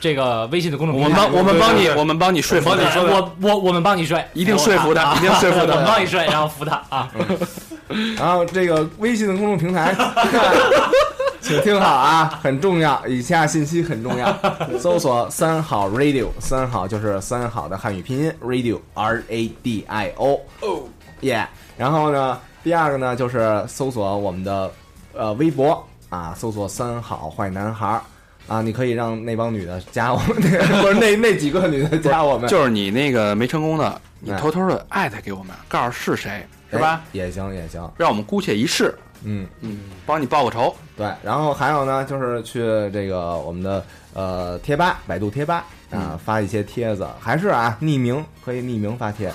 Speaker 3: 这个微信的公众
Speaker 2: 我
Speaker 3: 平
Speaker 2: 们
Speaker 3: 台，
Speaker 2: 帮我们帮你，我们帮你说服
Speaker 3: 我
Speaker 2: 他，
Speaker 3: 我我我们帮你睡，
Speaker 2: 一定说服他，一定说服
Speaker 3: 我
Speaker 2: 他。
Speaker 3: 们帮你睡，然后服他啊，
Speaker 4: 然后这个微信的公众平台， 请听好啊，很重要，以下信息很重要。搜索“三好 radio”，三好就是三好的汉语拼音 radio r a d i o，哦耶。然后呢，第二个呢就是搜索我们的呃微博啊，搜索“三好坏男孩儿”。啊，你可以让那帮女的加我们， 不是那那几个女的加我们，
Speaker 2: 就是你那个没成功的，你
Speaker 4: 哎
Speaker 2: 偷偷的艾特给我们，告诉是谁，是吧
Speaker 4: 哎？？也行也行，
Speaker 2: 让我们姑且一试，
Speaker 4: 嗯，
Speaker 2: 嗯，帮你报个仇。
Speaker 4: 对，然后还有呢，就是去这个我们的呃贴吧，百度贴吧啊、
Speaker 2: 嗯
Speaker 4: 发一些帖子，还是啊匿名，可以匿名 发帖，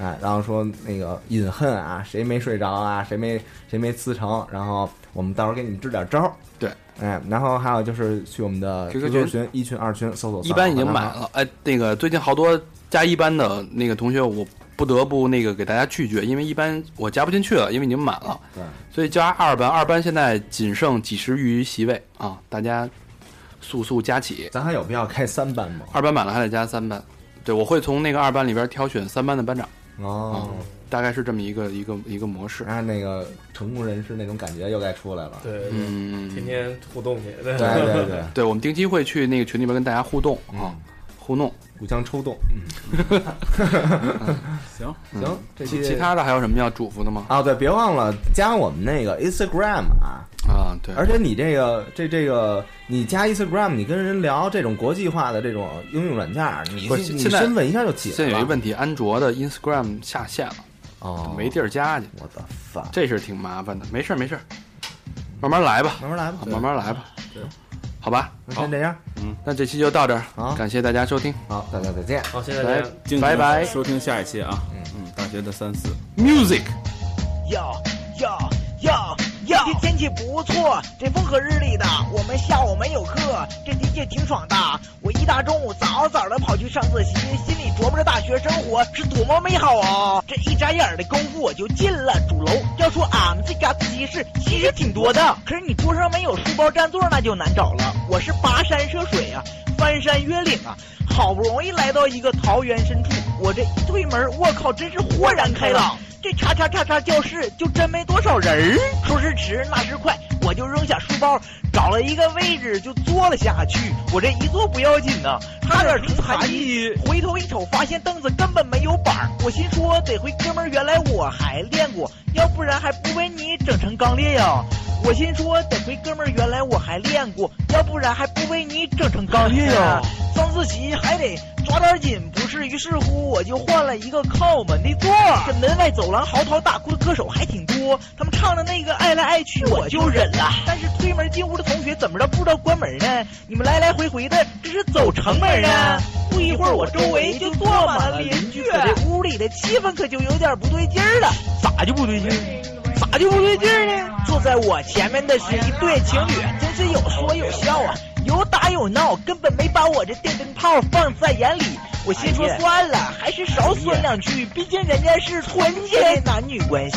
Speaker 4: 哎，然后说那个隐恨啊，谁没睡着啊，谁没谁没辞成，然后我们到时候给你们支点招儿。
Speaker 2: 对，
Speaker 4: 哎，然后还有就是去我们的
Speaker 2: QQ 群
Speaker 4: QQ 群一群、二群搜索，
Speaker 2: 一班已经满。了，哎，那个最近好多加一班的那个同学，我不得不那个给大家拒绝，因为一班我加不进去了，因为已经满了。
Speaker 4: 对，
Speaker 2: 所以加二班，二班现在仅剩几十余席位啊，大家速速加起。
Speaker 4: 咱还有必要开三班吗？
Speaker 2: 二班满了还得加三班，对我会从那个二班里边挑选三班的班长，
Speaker 4: 哦，
Speaker 2: 大概是这么一个一个一个模式。
Speaker 4: 啊，那个成功人士那种感觉又该出来了。
Speaker 6: 对，
Speaker 2: 嗯，
Speaker 6: 天天互动去，
Speaker 4: 对对
Speaker 6: 对
Speaker 4: 对， 嗯
Speaker 7: 嗯
Speaker 2: 对，我们定期会去那个群里边跟大家互动啊，互弄。
Speaker 7: 互相抽动。
Speaker 5: 行，
Speaker 4: 嗯
Speaker 7: 行，这
Speaker 2: 嗯其
Speaker 7: 期
Speaker 2: 其他的还有什么要嘱咐的吗？
Speaker 7: 啊，对，别忘了加我们那个 Instagram 啊。
Speaker 2: 啊，对，
Speaker 7: 而且你这个这这个，你加 Instagram，你跟人聊这种国际化的这种应用软件儿，你
Speaker 2: 不是
Speaker 7: 你
Speaker 2: 现在
Speaker 7: 身份一下就起来了。
Speaker 2: 现在有一问题，安卓的 Instagram 下线了，
Speaker 7: 哦，
Speaker 2: 没地儿加去，
Speaker 7: 我的 fuck，
Speaker 2: 这是挺麻烦的。没事儿没事儿，慢慢来吧，啊
Speaker 7: 慢慢来吧，
Speaker 2: 慢慢来吧。好吧，
Speaker 7: 那
Speaker 2: 好
Speaker 7: 先，这样，
Speaker 2: 嗯，那这期就到这儿
Speaker 7: 好，
Speaker 2: 感谢大家收听，
Speaker 7: 好，大家再见。
Speaker 6: 好，谢谢大
Speaker 2: 来
Speaker 6: 家。，
Speaker 2: 拜拜
Speaker 5: 收听下一期啊，嗯嗯，大学的三四。
Speaker 2: ，music。
Speaker 13: 哟哟哟哟！这天气不错，这风和日丽的。我们下午没有课，这的确挺爽的。我一大中午早早的跑去上自习，心里琢磨着大学生活是多么美好啊！这一眨眼的功夫我就进了主楼。要说俺们这家自习室其实挺多的，可是你桌上没有书包占座那就难找了。我是跋山涉水啊，翻山越岭啊，好不容易来到一个桃源深处，我这一推门，我靠，真是豁然开朗。这叉叉叉叉教室就真没多少人儿。说时迟，那时快，我就扔下书包，找了一个位置就坐了下去。我这一坐不要紧呐、差点成残疾。回头一瞅，发现凳子根本没有板儿。我心说，得亏哥们儿原来我还练过，要不然还不被你整成钢裂呀、我心说，得亏哥们儿原来我还练过，要不然还不被你整成钢铁呀。上啊自习还得抓点紧，不是？于是乎，我就换了一个靠门的座儿。这门外走廊嚎啕大哭的歌手还挺多，他们唱的那个爱来爱去，我就忍了。但是推门进屋的同学怎么着不知道关门呢？你们来来回回的，这是走城门啊！不一会儿，我周围就坐满了邻居，可这屋里的气氛可就有点不对劲儿了。咋就不对劲儿？咋就不对劲儿呢？坐在我前面的是一对情侣，真是有说有笑啊，有打有闹，根本没把我这电灯泡放在眼里。我心说算了，还是少说两句，毕竟人家是纯洁男女关系。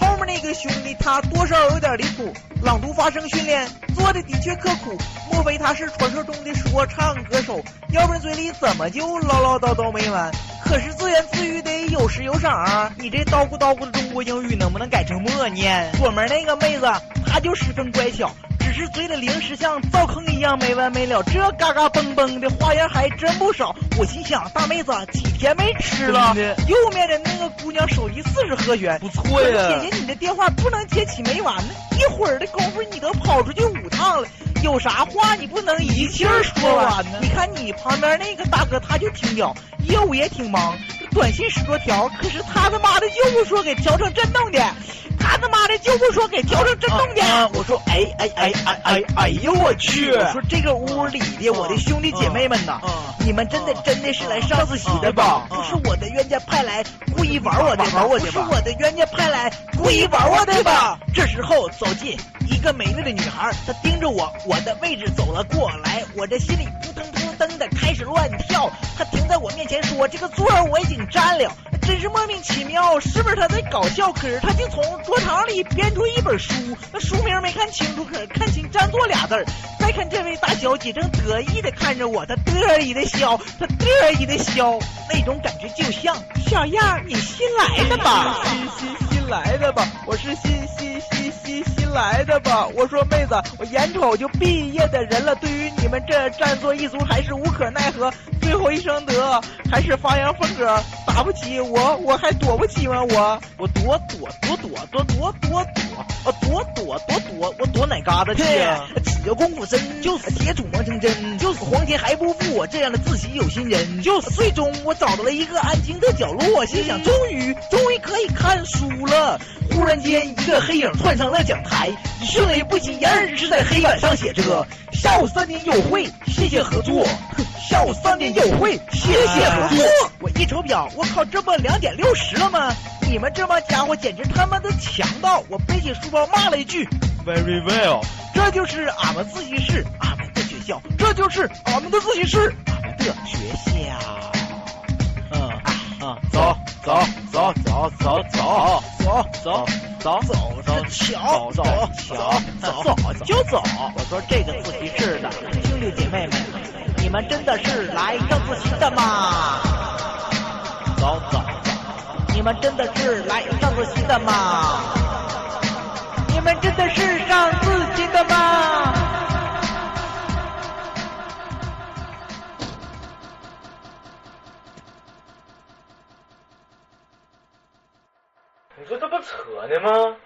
Speaker 13: 后面那个兄弟他多少有点离谱，朗读发声训练做的的确刻苦，莫非他是传说中的说唱歌手？要不然嘴里怎么就唠唠叨叨没完？可是自言自语得有时有赏啊！你这叨咕叨咕的中国英语能不能改成默念？左门那个妹子她就十分乖巧，只是嘴里零食像灶坑一样没完没了，这嘎嘎嘣嘣的花样还真不少。我心想，大妹子几天没吃了？右面的那个姑娘手机似是和弦，不错呀。姐姐，你的电话不能接起没完呢，一会儿的功夫你都跑出去五趟了。有啥话你不能一气儿说完呢？你看你旁边那个大哥，他就挺屌，业务也挺忙，这短信十多条，可是他他妈的就不说给调成震动的，他他妈的就不说给调成震动的。我说哎哎哎哎哎哎呦我去！啊我说这个屋里的我的兄弟姐妹们呐，你们真的真的是来上自习的吧？不是我的冤家派来故意啊玩我的吧？不是我的冤家派来故意玩我的吧？这时候走进一个美丽的女孩，她盯着我，我的位置走了过来，我这心里扑腾扑腾的开始乱跳。她停在我面前说：“这个座儿我已经占了。”真是莫名其妙，是不是她在搞笑？可是她竟从桌堂里编出一本书，那书名没看清楚，可是看清“占座”俩字儿。再看这位大小姐正得意的看着我，她得意的笑，她得意的笑，那种感觉就像小样儿，你新来的吧？新新新来的吧？我是新新新新新来的吧？我说妹子，我眼瞅就毕业的人了，对于你们这占座一族还是无可奈何。最后一声得，还是发扬风格，打不起我，我还躲不起吗？我我躲躲躲躲躲躲躲躲，我躲躲躲躲，我躲哪嘎达去？起个功夫深，就是铁杵磨成针，就是皇天还不负我这样的自习有心人。就是最终我找到了一个安静的角落，心想终于终于可以看书了。忽然间，一个黑影窜上了讲台，以迅雷不及掩耳之势在黑板上写着：“下午三点有会，谢谢合作。”下午三点有会，谢谢合作。我一瞅表，我靠，这不两点六十了吗？你们这帮家伙简直他妈的强盗！我背起书包骂了一句：“Very well。”这就是俺们自习室，俺们的学校，这就是俺们的自习室，俺们的学校。嗯啊，走走走走走走走走走走走瞧走走走走就走。我说这个自习室的兄弟姐妹们，你们真的是来上自习的吗？走走走，你们真的是来上自习的吗？你们真的是上自习的吗？
Speaker 6: 你说这不扯呢吗？